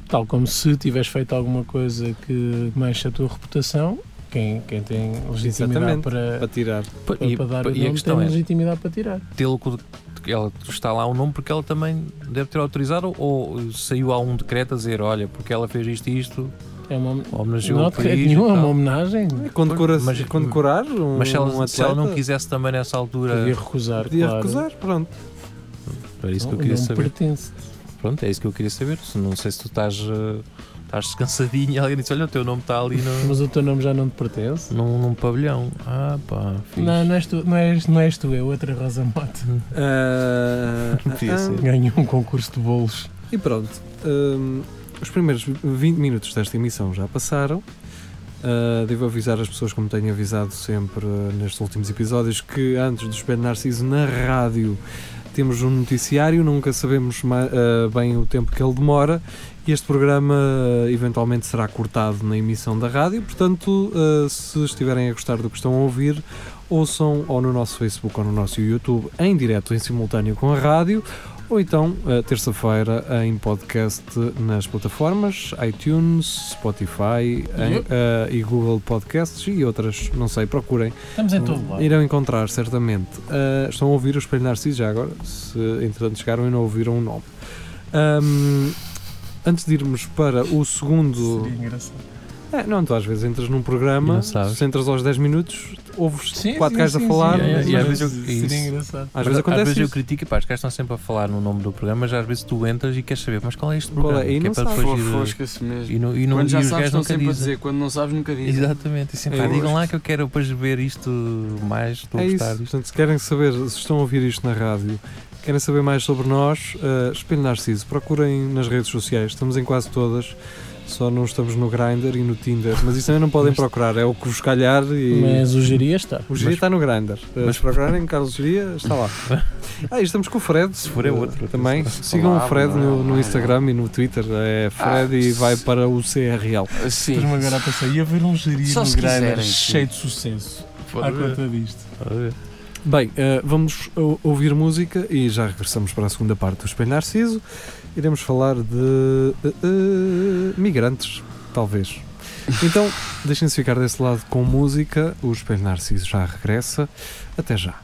E: tal como se tiveres feito alguma coisa que mexe a tua reputação, quem, quem tem legitimidade
B: Exatamente.
E: para,
C: É.
B: Para tirar.
C: Pa-
E: para,
C: E,
E: para dar
C: pa-
E: o
C: e
E: nome,
C: a questão
E: tem
C: é,
E: legitimidade para tirar.
C: tê-lo co- ela está lá o nome porque ela também deve ter autorizado ou ou saiu há um decreto a dizer, olha, porque ela fez isto e isto,
E: É uma, hom-
C: homenageou
E: não há
C: o país.
E: decreto
C: e
E: nenhum, é uma
C: tal.
E: homenagem.
B: Condecora
C: mas-
B: condecorar um,
C: Mas se ela,
B: um atleta,
C: se ela não quisesse também nessa altura,
E: Podia recusar,
B: podia
E: claro.
B: recusar, pronto.
C: era é isso que eu
E: Não-
C: queria
E: não
C: saber.
E: pertence.
C: Pronto, é isso que eu queria saber. Se- Não sei se tu estás, eh, estás cansadinho e alguém disse, olha, o teu nome está ali no,
E: Mas o teu nome já não te pertence.
C: num, num pavilhão. Ah pá, fixe.
E: Não, não és, tu, não, és, não és tu, é outra Rosa Mota.
B: Ah,
C: Podia
B: ah,
C: ser.
E: Ganhou um concurso de bolos.
B: E pronto, hum, os primeiros 20 minutos desta emissão já passaram. Ah, devo avisar as pessoas, como tenho avisado sempre ah, nestes últimos episódios, que antes do Espelho Narciso na rádio temos um noticiário, nunca sabemos ma- ah, bem o tempo que ele demora. E este programa ah, eventualmente será cortado na emissão da rádio, portanto, ah, se estiverem a gostar do que estão a ouvir, ouçam ou no nosso Facebook ou no nosso YouTube em direto, em simultâneo com a rádio ou então eh, terça-feira em podcast nas plataformas iTunes, Spotify em-
E: Yep.
B: eh, e Google Podcasts e outras, não sei, procurem.
E: Estamos em todo lado.
B: Irão encontrar, certamente. Eh, estão a ouvir o Espelho Narciso já agora, se entretanto chegaram e não ouviram o nome. Ahm, antes de irmos para o segundo.
E: Seria engraçado.
B: É, não, tu às vezes entras num
C: E
B: programa,
C: não sabes.
B: se entras aos 10 minutos, ouves
E: Sim,
B: quatro
E: sim,
B: gajos a
E: sim,
B: falar.
E: sim,
C: E-
E: mas
C: e às vezes eu- isso.
E: Seria engraçado.
B: Às vezes acontece
C: Às vezes eu
B: isso.
C: critico, pá, os gajos estão sempre a falar no nome do programa, mas às vezes tu entras e queres saber, mas qual é este
B: Qual é?
C: programa?
B: E
C: que
B: não
C: é para
B: sabes.
C: depois ir-
D: Fosca-se mesmo.
C: E, não, e, não,
D: Quando
C: e
D: já
C: os
D: sabes,
C: gajos
D: estão
C: nunca
D: sempre a
C: dizem.
D: dizer. Quando não sabes, nunca dizem.
C: Exatamente, e sempre,
B: É
C: pá,
B: isso.
C: digam lá que eu quero depois ver isto mais, estou
B: É
C: a
B: isso.
C: gostar disto.
B: Portanto, se querem saber, se estão a ouvir isto na rádio, querem saber mais sobre nós, eh, Espelho Narciso, procurem nas redes sociais, estamos em quase todas, só não estamos no Grindr e no Tinder, mas isso também não podem
E: Mas-
B: procurar, é o que vos calhar e.
E: Mas o geria está.
B: O Giria
C: mas-
B: está no Grindr. Eh,
C: mas-
B: Se procurarem Carlos Giria, está lá. Ah, e estamos com o Fred.
C: Se for é
B: eh,
C: outro.
B: Também. Sigam
D: Olá,
B: o Fred
D: não,
C: é?
B: no, no
D: não.
B: Instagram e no Twitter. É Fred
D: Ah,
B: e
D: se-
B: vai para o CRL.
D: Ah, Sim.
E: Depois uma garota saiu. E haver um geria
D: Só
E: no
D: se
E: Grindr
D: quiserem, sim.
E: cheio de sucesso. À
C: Pode ver,
E: conta disto.
C: pode ver.
B: Bem, eh, vamos ou- ouvir música e já regressamos para a segunda parte do Espelho Narciso. Iremos falar de eh, eh, migrantes, talvez. Então, deixem-se ficar desse lado com música. O Espelho Narciso já regressa. Até já.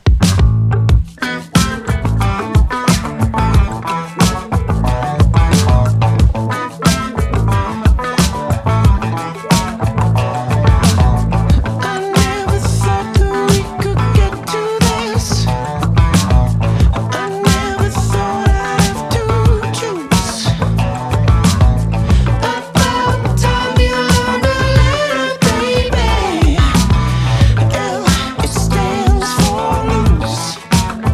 F: I never thought that we could get to this. I never thought I'd have to choose. About time you learned to live, baby. L it stands for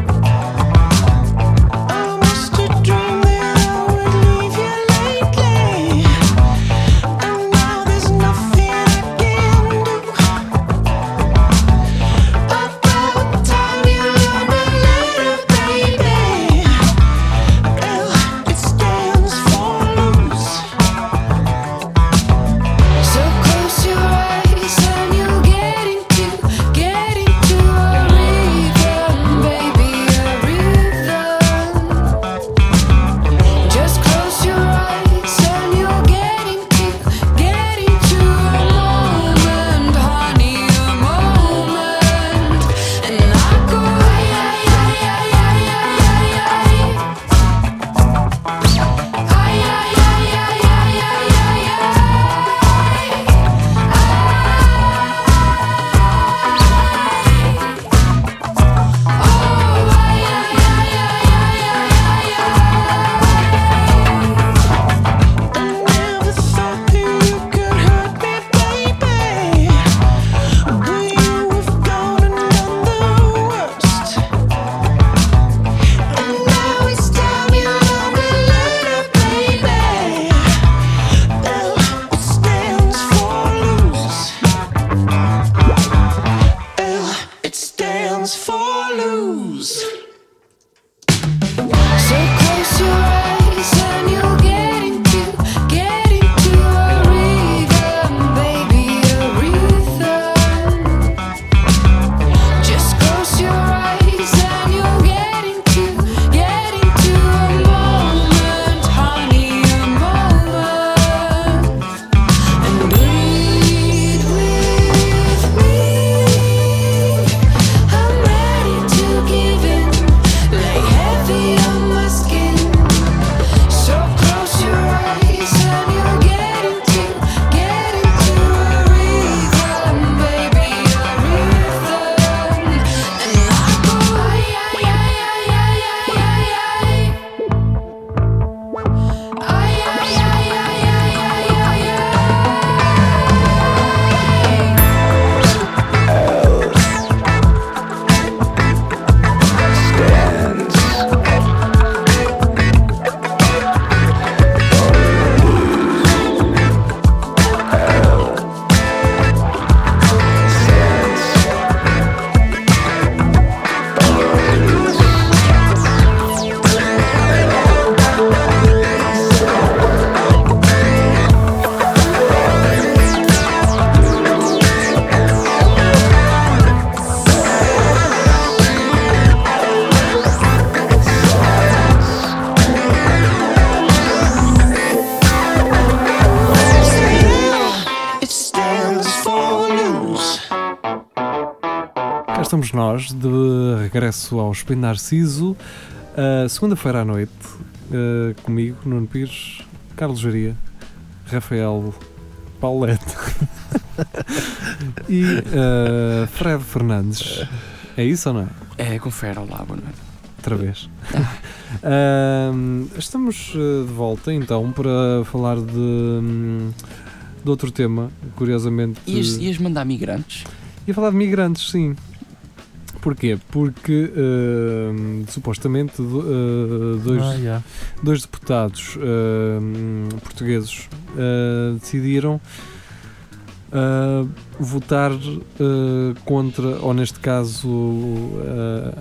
B: estamos nós de regresso ao Espelho Narciso, uh, segunda-feira à noite, uh, comigo, Nuno Pires, Carlos Jaria, Rafael Paulette e uh, Fred Fernandes. É isso ou não é?
D: É, confere, olá, boa noite.
B: Outra vez. Ahm, estamos eh, de volta então para falar de, hum, de outro tema, curiosamente.
D: Ias, ias mandar migrantes?
B: Ia falar de migrantes, sim. Porquê? Porque hum, supostamente do- eh, dois,
C: Ah, já.
B: dois deputados hum, portugueses hum, decidiram hum, votar hum, contra, ou neste caso, hum,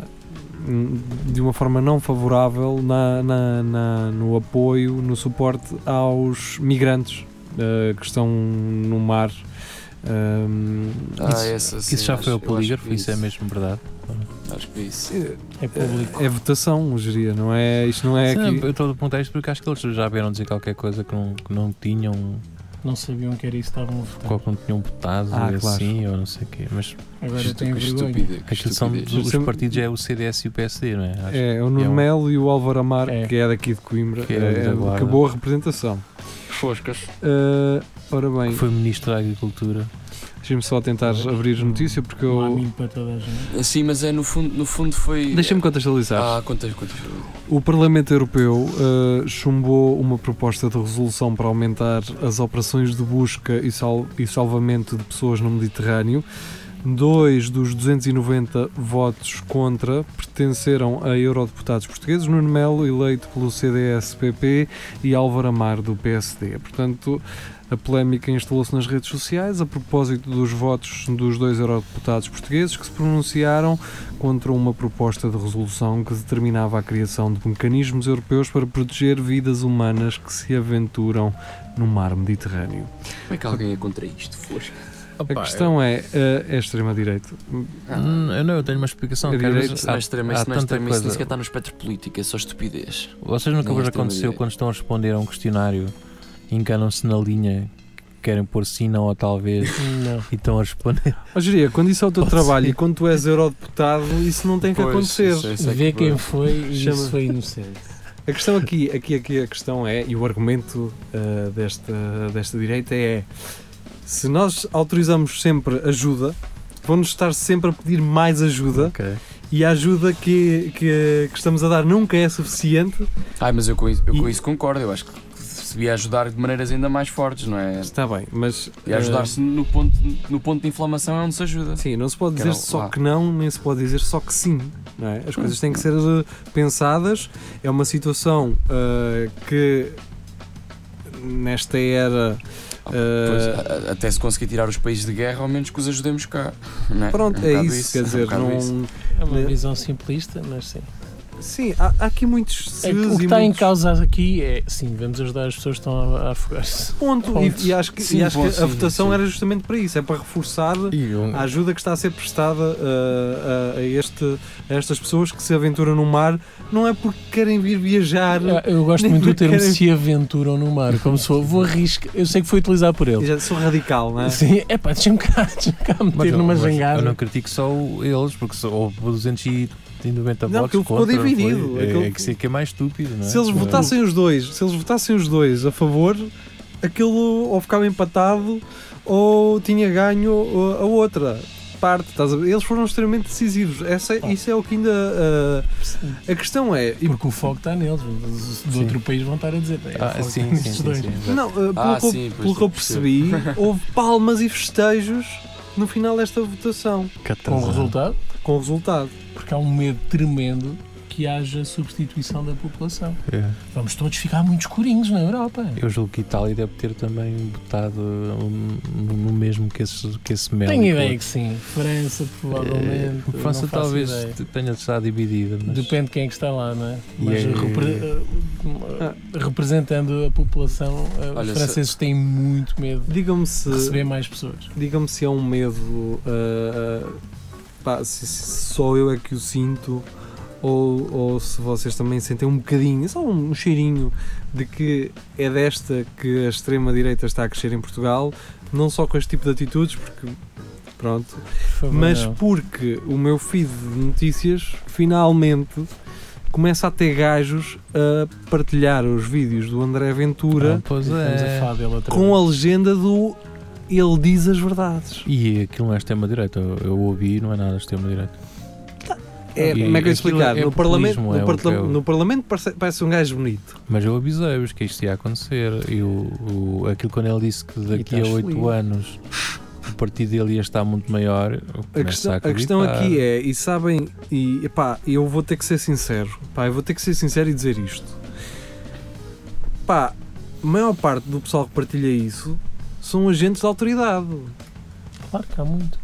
B: de uma forma não favorável na- na- na- no apoio, no suporte aos migrantes hum, que estão no mar. hum,
D: Ah, essa sim,
C: Isso já
D: acho-
C: foi
D: eu
C: o
D: acho
C: polígrafo,
D: que
C: isso é mesmo verdade.
D: Acho que isso.
E: É público.
B: É votação, geria, não é? Isto não é
C: Sim,
B: aqui.
C: Eu estou a perguntar isto porque acho que eles já vieram dizer qualquer coisa que não, que não tinham,
E: Não sabiam que era isso que estavam a votar.
C: qual que não tinham votado
B: Tá. Ah,
C: e
B: claro. é
C: assim, ou não sei o quê. Mas
E: Agora
D: Estu-
E: tenho
D: é que
E: vergonha.
D: estúpida, que
C: aquilo são
D: estupidez.
C: dos
B: Sempre-
C: partidos é o CDS e o PSD, não é? Acho.
B: um É, o Nuno
C: é um-
B: Melo e o Álvaro Amar,
E: É.
B: que é daqui de Coimbra,
C: Que é
B: é,
C: da Guarda.
B: acabou a representação.
D: Foscas.
B: Ah, ora bem,
C: Que foi ministro da Agricultura.
B: deixa-me só tentar abrir a notícia porque
E: Não há
B: eu.
E: milho para toda a gente.
D: Sim, mas é no fundo, no fundo foi.
B: Deixa-me contextualizar.
D: Ah, contas, contas.
B: O Parlamento Europeu ah, chumbou uma proposta de resolução para aumentar as operações de busca e, sal- e salvamento de pessoas no Mediterrâneo. Dois dos 290 votos contra pertenceram a eurodeputados portugueses, Nuno Melo, eleito pelo CDS-PP, e Álvaro Amar, do PSD. Portanto, a polémica instalou-se nas redes sociais a propósito dos votos dos dois eurodeputados portugueses que se pronunciaram contra uma proposta de resolução que determinava a criação de mecanismos europeus para proteger vidas humanas que se aventuram no mar Mediterrâneo.
D: Como é que alguém é contra isto? Fosca.
B: A questão é, eh, é extrema-direita.
D: Ah,
C: Hum, Eu não, eu tenho uma explicação.
B: Eu
C: que às
B: direi
C: vezes
D: isso não é
C: há-
D: extremo,
C: há
D: isso não é
C: tanta
D: extremo, isso nem
C: coisa.
D: sequer está no espectro político, é só estupidez.
C: Vocês nunca
D: Nem
C: vos
D: esta
C: aconteceu
D: maneira.
C: quando estão a responder a um questionário, encanam-se na linha, querem pôr sim, não ou talvez,
E: Não.
C: e estão a responder.
B: Ó, Jeria, quando isso é o teu
C: Pode
B: trabalho
C: ser. é
B: e quando tu és eurodeputado, isso não tem que acontecer.
D: é,
E: Vê quem foi e
B: Chama-
E: isso foi inocente.
B: A questão aqui, aqui, aqui a questão é, e o argumento ah, desta, desta direita é se nós autorizamos sempre ajuda, vão-nos estar sempre a pedir mais ajuda e a ajuda que, que, que estamos a dar nunca é suficiente.
D: Ai, mas eu, com isso, eu com
B: E-
D: isso concordo, eu acho que se devia ajudar de maneiras ainda mais fortes, não é?
B: Está bem, mas.
D: E ajudar-se no ponto, no ponto de inflamação é onde se ajuda.
B: ah, sim, não se pode dizer
D: Carol,
B: só
D: lá.
B: que não, nem se pode dizer só que sim. não é? As coisas têm que ser eh, pensadas. É uma situação ah, que nesta era.
D: Ah, Pois,
B: ah,
D: a- a- até se conseguir tirar os países de guerra, ao menos que os ajudemos cá. não
B: Pronto,
D: Um
B: é
D: bocado
B: isso, quer
D: um
B: dizer,
D: bocado
B: não,
D: isso.
E: É uma
B: Né?
E: visão simplista, mas sim.
B: Sim, há, há aqui muitos
E: É que
B: se's
E: o que
B: e
E: está em
B: muitos
E: causa aqui é, sim, vamos ajudar as pessoas que estão a, a afogar-se.
B: ponto.
E: pontos.
B: E, e acho que,
D: Sim,
B: e acho
D: bom,
B: que a
D: sim,
B: votação
D: sim. um-
B: era justamente para isso, é para reforçar a ajuda que está a ser prestada uh, a, a este, a estas pessoas que se aventuram no mar, não é porque querem vir viajar.
E: Ah, Eu gosto
B: Nem
E: muito do
B: porque
E: termo
B: querem-
E: se aventuram no mar, como se fosse, vou arriscar. Eu sei que foi utilizado por
B: E
E: ele.
B: já sou radical, não é?
E: Sim, é pá, deixa-me cá, deixa-me cá meter
C: eu-
E: numa
C: eu não
E: jangada.
C: critico só o- eles, porque só houve 290
B: Não,
C: votos
B: aquilo ficou
C: contra,
B: dividido,
C: foi-
B: aquilo-
C: é, que sei que é mais estúpido, não é?
B: Se
D: Uhum.
B: eles
C: É.
B: votassem os dois, se eles votassem os dois a favor, aquilo ou ficava empatado ou tinha ganho uh, a outra parte. estás a ver? Eles foram extremamente decisivos. Essa,
D: Ah.
B: Isso é o que ainda. uh, a questão é. e-
E: Porque o foco está neles, os do
C: Sim.
E: outro país vão estar a dizer. é, o
C: Ah,
E: foco
C: sim,
E: está
C: sim,
E: nestes
C: sim,
E: dois.
C: sim, exato.
B: Não, uh, pelo,
D: Ah,
B: que, eu-
D: sim, pois
B: pelo que eu percebi,
D: percebo.
B: houve palmas e festejos no final desta votação,
E: Com
C: Tá.
E: o resultado,
B: com o resultado.
E: porque há um medo tremendo que haja substituição da população.
C: É.
E: Vamos todos ficar muito escurinhos na Europa.
C: Eu julgo que Itália deve ter também votado um, no no mesmo que esse, que esse Melo.
E: Tenho ideia que sim. França, provavelmente.
C: É, França
E: não faço
C: talvez
E: ideia.
C: tenha estado dividida, mas
E: Depende de quem é que está lá, não é?
C: E
E: Mas
C: é-
E: repre-
B: Ah.
E: eh, representando a população, eh, os
D: Olha,
E: franceses têm muito medo
B: Digam-me
E: de
D: Ah,
E: receber
B: se,
E: mais pessoas.
B: digam se é um medo. uh, uh, pá, se, se só eu é que o sinto, ou, ou se vocês também sentem um bocadinho, só um cheirinho, de que é desta que a extrema-direita está a crescer em Portugal, não só com este tipo de atitudes, porque. Pronto.
E: Por favor,
B: Mas
E: não.
B: porque o meu feed de notícias finalmente começa a ter gajos a partilhar os vídeos do André Ventura
C: Ah, pois
E: Estamos a
C: é.
E: falar dele outra
B: com
E: vez.
B: a legenda do Ele diz as verdades.
C: E aquilo não é extrema-direita. Eu, eu ouvi não é nada extrema-direita.
B: É,
C: E
B: como é que eu
C: aquilo
B: explicar?
C: é
B: no, parlamento,
C: populismo,
B: no,
C: é o
B: parla-
C: que eu-
B: no Parlamento parece, parece um gajo bonito.
C: Mas eu avisei-vos que isto ia acontecer. E o, o- aquilo quando ele disse que daqui a
E: estás feliz.
C: oito anos o partido dele ia estar muito maior.
B: A questão, a questão aqui é, e sabem, e pá, eu vou ter que ser sincero, pá, eu vou ter que ser sincero e dizer isto. Pá, a maior parte do pessoal que partilha isso são agentes de autoridade.
E: Claro que há muito.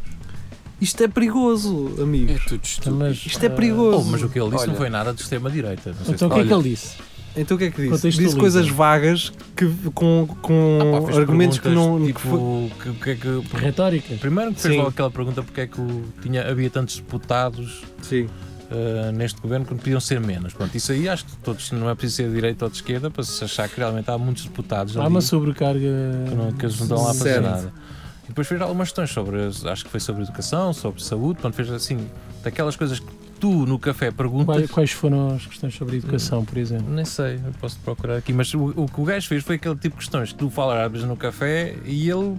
B: Isto é perigoso,
D: É
B: amigos.
D: tudo estúpido.
E: Mas,
B: Isto é
E: ah,
B: perigoso.
C: Oh, mas o que ele disse não
D: Olha.
C: foi nada de extrema-direita. Não sei
E: Então o
C: se-
E: que é que
C: Olha,
E: ele disse?
B: Então o que é que disse?
E: Contextualiza.
B: Disse coisas vagas que, com,
C: Ah, pá,
B: com
C: fez
B: argumentos que não.
C: perguntas,
B: que foi-
C: Tipo, que, que é que-
E: Retórica?
C: primeiro que fez
B: Sim.
C: logo aquela pergunta porque é que o- tinha, havia tantos deputados
B: Sim.
C: ah, neste governo que podiam ser menos. Pronto, isso aí acho que todos não é preciso ser de direita ou de esquerda para se achar que realmente há muitos deputados
E: Há
C: ali
E: uma sobrecarga.
C: que, não, que eles não estão lá a fazer
B: Certo.
C: nada. E depois fez algumas questões sobre, as- acho que foi sobre educação, sobre saúde, pronto, fez assim, daquelas coisas que tu no café perguntas.
E: Quais, quais foram as questões sobre a educação, por exemplo?
C: Nem sei, eu posso procurar aqui, mas o, o que o gajo fez foi aquele tipo de questões que tu falavas no café e ele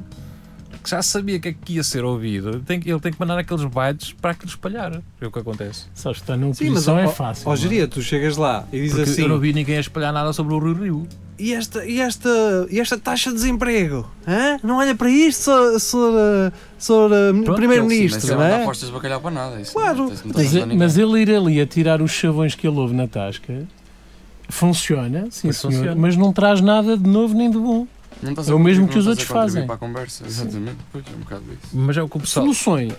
C: que já sabia que aqui ia ser ouvido. Tem, que- ele tem que mandar aqueles bytes para aquilo espalhar. É o que acontece.
E: Sabes, estar numa
B: Sim, mas
E: posição é
B: ó-
E: fácil.
B: Ó
E: não é?
B: Jeria, tu chegas lá e dizes
C: Porque
B: assim.
C: eu não vi ninguém a espalhar nada sobre o Rio Rio.
B: E esta, e esta, e esta taxa de desemprego? Hã? Não olha para isto, Sr. Sr. Sr.
C: Pronto,
D: Mas
B: Primeiro-Ministro,
D: isso é
B: não
D: mandar
B: é?
D: apostas de bacalhau para nada. Isso
B: Claro.
D: não, isso não
E: Mas, é-
D: ajuda ninguém.
E: mas ele ir ali a tirar os chavões que ele ouve na tasca funciona, sim
C: Pois
E: senhor,
C: funciona.
E: mas não traz nada de novo nem de bom.
D: Não estás
E: é
D: a
E: o mesmo
D: contribuir,
E: que os
D: não
E: outros
D: estás a contribuir
E: fazem.
D: Para a conversa, exatamente. Pois, é um bocado isso.
C: Mas é o que o pessoal.
E: Soluções.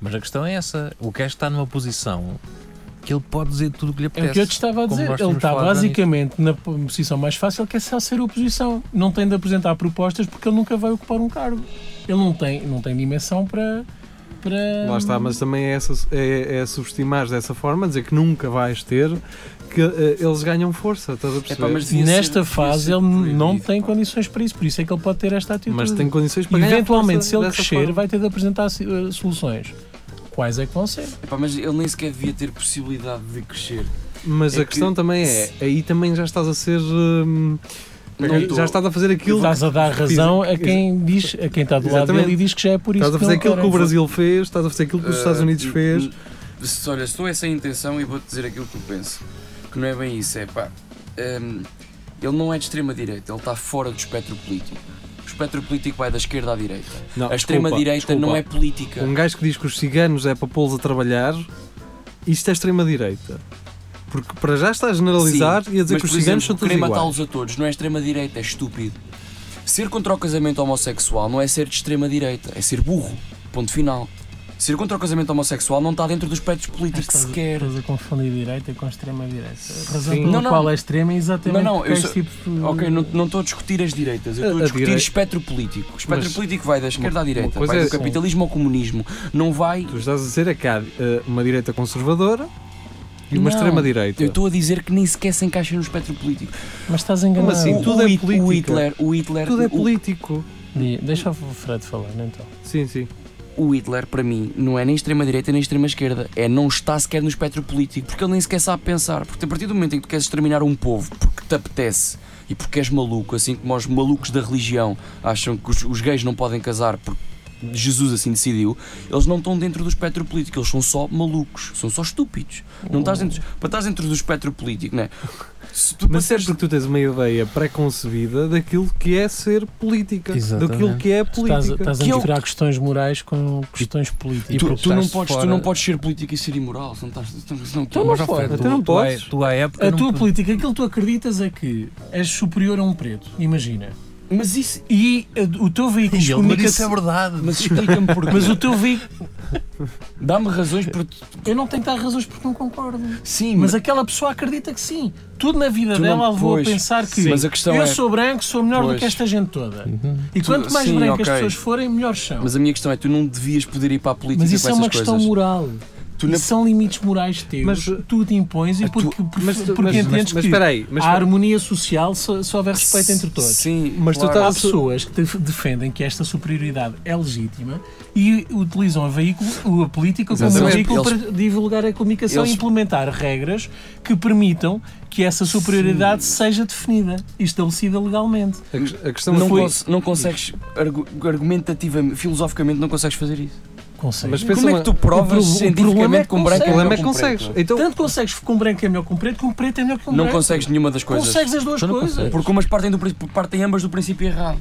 C: Mas a questão é essa. O gajo está numa posição que ele pode dizer tudo o que lhe
E: É
C: apetece.
E: o que eu te estava
C: Como
E: a dizer.
C: nós
E: Ele
C: temos
E: está
C: falado
E: basicamente na posição mais fácil que é só ser oposição. Não tem de apresentar propostas porque ele nunca vai ocupar um cargo. Ele não tem, não tem dimensão para. para
B: Lá está, mas também é, essa, é, é subestimar dessa forma, dizer que nunca vais ter, que eh, eles ganham força, estás a perceber?
D: Epá, mas
B: É mas,
D: devia
E: Nesta
D: ser- devia
E: fase
D: ser
E: ele não
D: proibido,
E: tem
D: pá.
E: condições para isso, por isso é que ele pode ter esta atitude.
B: tem condições para ganhar
E: Eventualmente,
B: força
E: se ele
B: dessa
E: crescer,
B: forma.
E: vai ter de apresentar eh, soluções. Quais é que vão ser?
D: Epá, mas ele nem sequer devia ter possibilidade de crescer.
B: Mas
D: é
B: a questão
D: que-
B: também é, aí também já estás a ser. hum,
D: Bem,
B: não-
D: eu tô-
B: já estás a fazer aquilo.
E: Estás a dar razão a quem, diz, a quem está do lado
B: Exatamente.
E: dele e diz que já é por isso
B: Estás a fazer
E: que não
B: aquilo que o
E: querem.
B: Brasil fez, estás a fazer aquilo que os
D: Ah,
B: Estados Unidos
D: n-
B: fez.
D: n- se- Olha, estou essa a intenção e vou-te dizer aquilo que eu penso. Que não é bem isso, é pá. hum, ele não é de extrema-direita, ele está fora do espectro político. O espectro político vai da esquerda à direita.
B: Não, desculpa,
D: a extrema-direita não
B: desculpa.
D: é política.
B: Um gajo que diz que os ciganos é para pô-los a trabalhar, isto é extrema-direita. Porque para já está a generalizar
D: Sim,
B: e a dizer
D: mas,
B: que os
D: por
B: ciganos
D: exemplo,
B: são todos
D: querer
B: iguais.
D: matá-los a todos não é extrema-direita, é estúpido. Ser contra o casamento homossexual não é ser de extrema-direita, é ser burro. Ponto final. Ser contra o casamento homossexual não está dentro dos espectros políticos
E: Estás a-
D: sequer.
E: Estás a confundir um direita com extrema-direita. A razão
B: Sim.
E: pela
D: Não, não.
E: qual é extrema é exatamente
D: Não, não, eu
E: esse
D: sou-
E: tipo de...
D: Ok, não não estou a discutir as direitas, eu
B: A-
D: estou a
B: a
D: discutir
B: direi-
D: espectro político. O espectro
B: Mas-
D: político vai da esquerda à direita,
B: coisa
D: vai
B: é
D: do
B: assim.
D: capitalismo ao comunismo. Não vai.
B: Tu estás a dizer é que há eh, uma direita conservadora e uma
D: Não,
B: extrema-direita.
D: Eu estou a dizer que nem sequer se encaixa no espectro político.
E: Mas estás enganado.
B: Como assim?
D: o,
B: tudo
D: o
B: é
D: Hit- o
B: política.
D: Hitler, o Hitler,
B: Tudo é
D: o,
B: político.
E: Di- Deixa o Fred falar, não então.
B: Sim, sim.
D: o Hitler, para mim, não é nem extrema-direita nem extrema-esquerda. É não está sequer no espectro político, porque ele nem sequer sabe pensar. Porque a partir do momento em que tu queres exterminar um povo porque te apetece e porque és maluco, assim como os malucos da religião acham que os, os gays não podem casar porque Jesus assim decidiu, eles não estão dentro do espectro político, eles são só malucos, são só estúpidos. Não estás dentro, para estás dentro do espectro político, não é? Se tu
B: Mas é
D: passares-
B: porque tu tens uma ideia pré-concebida daquilo que é ser política,
C: Exatamente.
B: daquilo que é
E: Tu Estás,
B: política.
E: estás a
D: Que eu-
E: misturar questões morais com questões políticas.
C: E
D: tu, tu não
C: estás
D: podes, tu
C: fora-
D: não podes ser político e ser imoral, se não estás, se não,
E: Então não
D: mas-
C: Mas, ó, Fred,
B: Então
C: tu-
B: não
C: tu
B: podes.
C: à- Tu à época.
E: A
C: não
E: tua
C: pod-
E: política, aquilo que tu acreditas é que és superior a um preto, imagina.
D: mas isso
E: E a- o teu
C: E ele,
E: veículo de
C: mas isso é
E: comunicação.
C: verdade.
D: Mas explica-me porquê.
E: Mas o teu veículo.
D: Dá-me razões para. tu-
E: Eu não tenho que dar razões porque não concordo.
D: Sim,
E: Mas aquela pessoa acredita que sim. Tudo na vida
D: Tu não-
E: dela a levou a
D: pois,
E: pensar que
D: sim. Mas a questão
E: eu
D: é-
E: sou branco, sou melhor do
D: Pois. Uhum.
E: que esta gente toda. E quanto mais
D: sim,
E: brancas
D: ok.
E: as pessoas forem, melhores são. Mas,
D: Mas a minha questão é: tu não devias poder ir para a política
E: isso
D: com
E: é
D: essas
E: uma questão
D: coisas.
E: moral.
G: Tu
E: E
G: na-
E: são limites morais teus.
B: Mas-
E: tu te impões e
G: A
E: porque, porque,
B: Mas, tu-
E: porque
B: mas,
E: entendes
B: mas, mas
E: que
B: espera aí, mas,
E: a harmonia social só, só houver respeito entre todos.
D: Sim,
B: mas tu
D: claro.
E: Há
B: estás
E: pessoas que def- defendem que esta superioridade é legítima e utilizam a, veículo, a política como
D: Exatamente.
E: veículo
D: Eles-
E: para divulgar a comunicação
D: eles-
E: e implementar regras que permitam que essa superioridade seja definida e estabelecida legalmente.
B: a, que- a questão
D: não,
B: foi-
D: cons- não consegues, argu- argumentativamente, filosoficamente, não consegues fazer isso.
E: Consegue.
B: Mas pensa
D: Como é
B: uma-
D: que tu provas
E: o pro- o problema é
D: cientificamente
E: que
D: que um branco
B: o
D: é melhor
B: problema é
D: que
B: que
D: um
B: consegues.
D: preto?
B: Então,
E: Tanto consegues que um branco é melhor que um preto, que um preto é melhor que um
D: Não
E: branco.
D: consegues nenhuma das coisas.
E: Consegues as duas
C: Tu não
E: coisas.
C: consegues.
D: Porque umas partem, do, prin- partem ambas do princípio errado.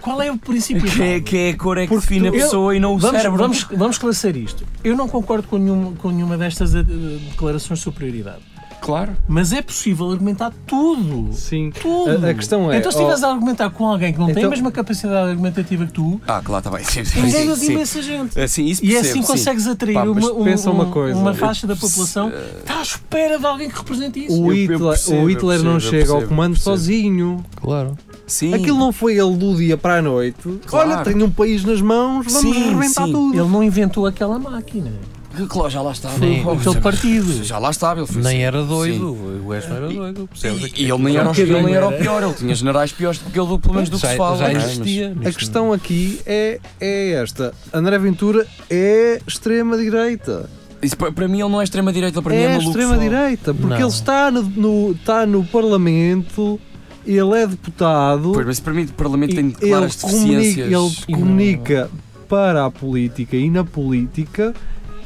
E: Qual é o princípio?
D: Que é,
E: errado?
D: que é a cor é que
E: Porque
D: define a
E: tu- eu-
D: pessoa e não o
E: Vamos,
D: cérebro.
E: vamos, vamos esclarecer isto. Eu não concordo com, nenhum- com nenhuma destas eh, declarações de superioridade.
D: Claro.
E: Mas é possível argumentar tudo.
B: sim.
E: Tudo.
B: A, a questão é.
E: Então, se
B: ó,
E: estiveres a argumentar com alguém que não tem a
B: Então-
E: mesma capacidade argumentativa que tu,
D: Ah, claro, está bem. Sim, sim, sim,
E: enganas
D: sim.
E: é imensa gente.
D: Assim, isso
E: E
D: percebo,
E: assim
D: sim.
E: consegues atrair
D: Pá, mas
E: uma, um-
B: pensa uma
E: um-
B: coisa.
E: uma faixa da população que está à espera de alguém que represente isso.
B: o
G: eu
B: Hitler,
G: percebo,
B: o
G: eu
B: Hitler
G: percebo,
B: não
G: eu
B: chega ao
G: percebo,
B: comando
G: eu percebo.
B: sozinho.
C: Claro.
D: Sim.
B: Aquilo não foi ele do dia para a noite.
D: Claro.
B: Olha, tenho um país nas mãos, vamos
D: Sim,
B: arrebentar
D: sim.
B: tudo.
E: Ele não inventou aquela máquina.
D: Claro, já lá estava.
C: Nem-
E: Ou aquele partido.
D: Já lá estava. Ele foi
C: Nem
D: assim.
C: era
D: Sim.
C: doido. O West não era doido. um Percebes?
D: E ele nem era, o- ele nem era o pior, ele tinha generais piores do que ele, pelo menos do que
C: já,
D: se fala.
C: já
D: não é?
C: existia.
B: A questão aqui é, é esta. André Ventura é extrema-direita.
D: Mas Isso, pa- para mim ele não é extrema-direita, para mim é
B: É
D: maluco. só.
B: extrema-direita, porque
C: Não.
B: ele está no, no- está no Parlamento, ele é deputado,
D: Pois, mas para mim o Parlamento tem
B: e
D: claras
B: ele comunica,
D: deficiências.
B: ele
E: E não-
B: comunica para a política e na política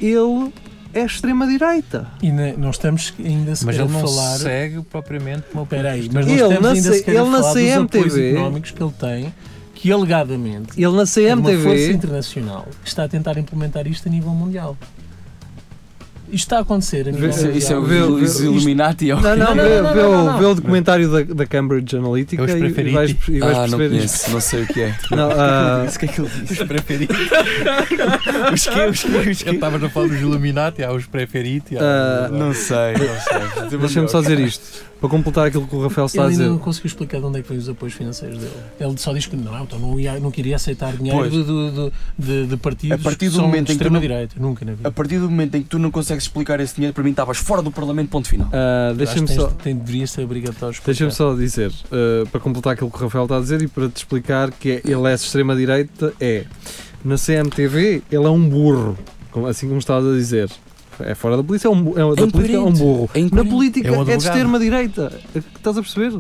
B: ele é extrema-direita.
E: E na- não estamos ainda
C: Mas
E: sequer a
C: ele não
E: falar.
C: segue propriamente uma
E: Espera aí, mas não
B: Ele
E: estamos
B: na
E: ainda
B: C-
E: sequer
B: ele
E: a
B: na
E: falar dos apoios
B: CMTV.
E: económicos que ele tem, que alegadamente
B: Ele na
E: é uma força
B: CMTV,
E: internacional que está a tentar implementar isto a nível mundial. Isto está a acontecer a nível
D: Isso,
E: mundial.
D: é- isso é
B: Vê-
D: o os
B: vê-
D: Illuminati. é o-
B: não, não,
E: Não, não,
B: vê,
E: não,
B: vê
E: não,
B: o-
E: não, não.
B: vê o documentário da, da Cambridge Analytica
C: Eu os
B: e, e
C: preferi.
B: vais, e vais
D: É Ah, não
B: perceber isto.
D: conheço, não sei o que é.
B: Não, ah,
D: Isso, o que é que ele disse?
C: Os que, os que, os que. Eu estava a falar dos Illuminati, há os preferiti.
B: Ah,
D: Não sei, não sei.
B: Deixa-me só dizer isto, para completar aquilo que o Rafael
E: Ele
B: está a
E: ainda
B: dizer.
E: não conseguiu explicar de onde é que veio os apoios financeiros dele. Ele só diz que não, então não, ia, não queria aceitar dinheiro
D: Pois.
E: de, de, de, de partidos
D: A partir do
E: que são
D: momento
E: de
D: em que tu
E: extrema-direita. Nunca na vida.
D: A partir do momento em que tu não consegues explicar esse dinheiro, para mim estavas fora do Parlamento, ponto final.
B: Ah, Deixa-me
E: Acho que
B: só.
E: tens- tem- deveria ser obrigatório explicar.
B: Deixa-me só dizer, eh, para completar aquilo que o Rafael está a dizer e para te explicar que é- ele é de extrema-direita, é. Na CMTV, ele é um burro, como- assim como estavas a dizer. É fora da polícia, é um, bu- é, da política é um
D: incoerente,
B: burro.
D: é
B: Na
D: incoerente.
B: política
C: É um
B: é, de
C: advogado.
B: extrema-direita. Estás a perceber?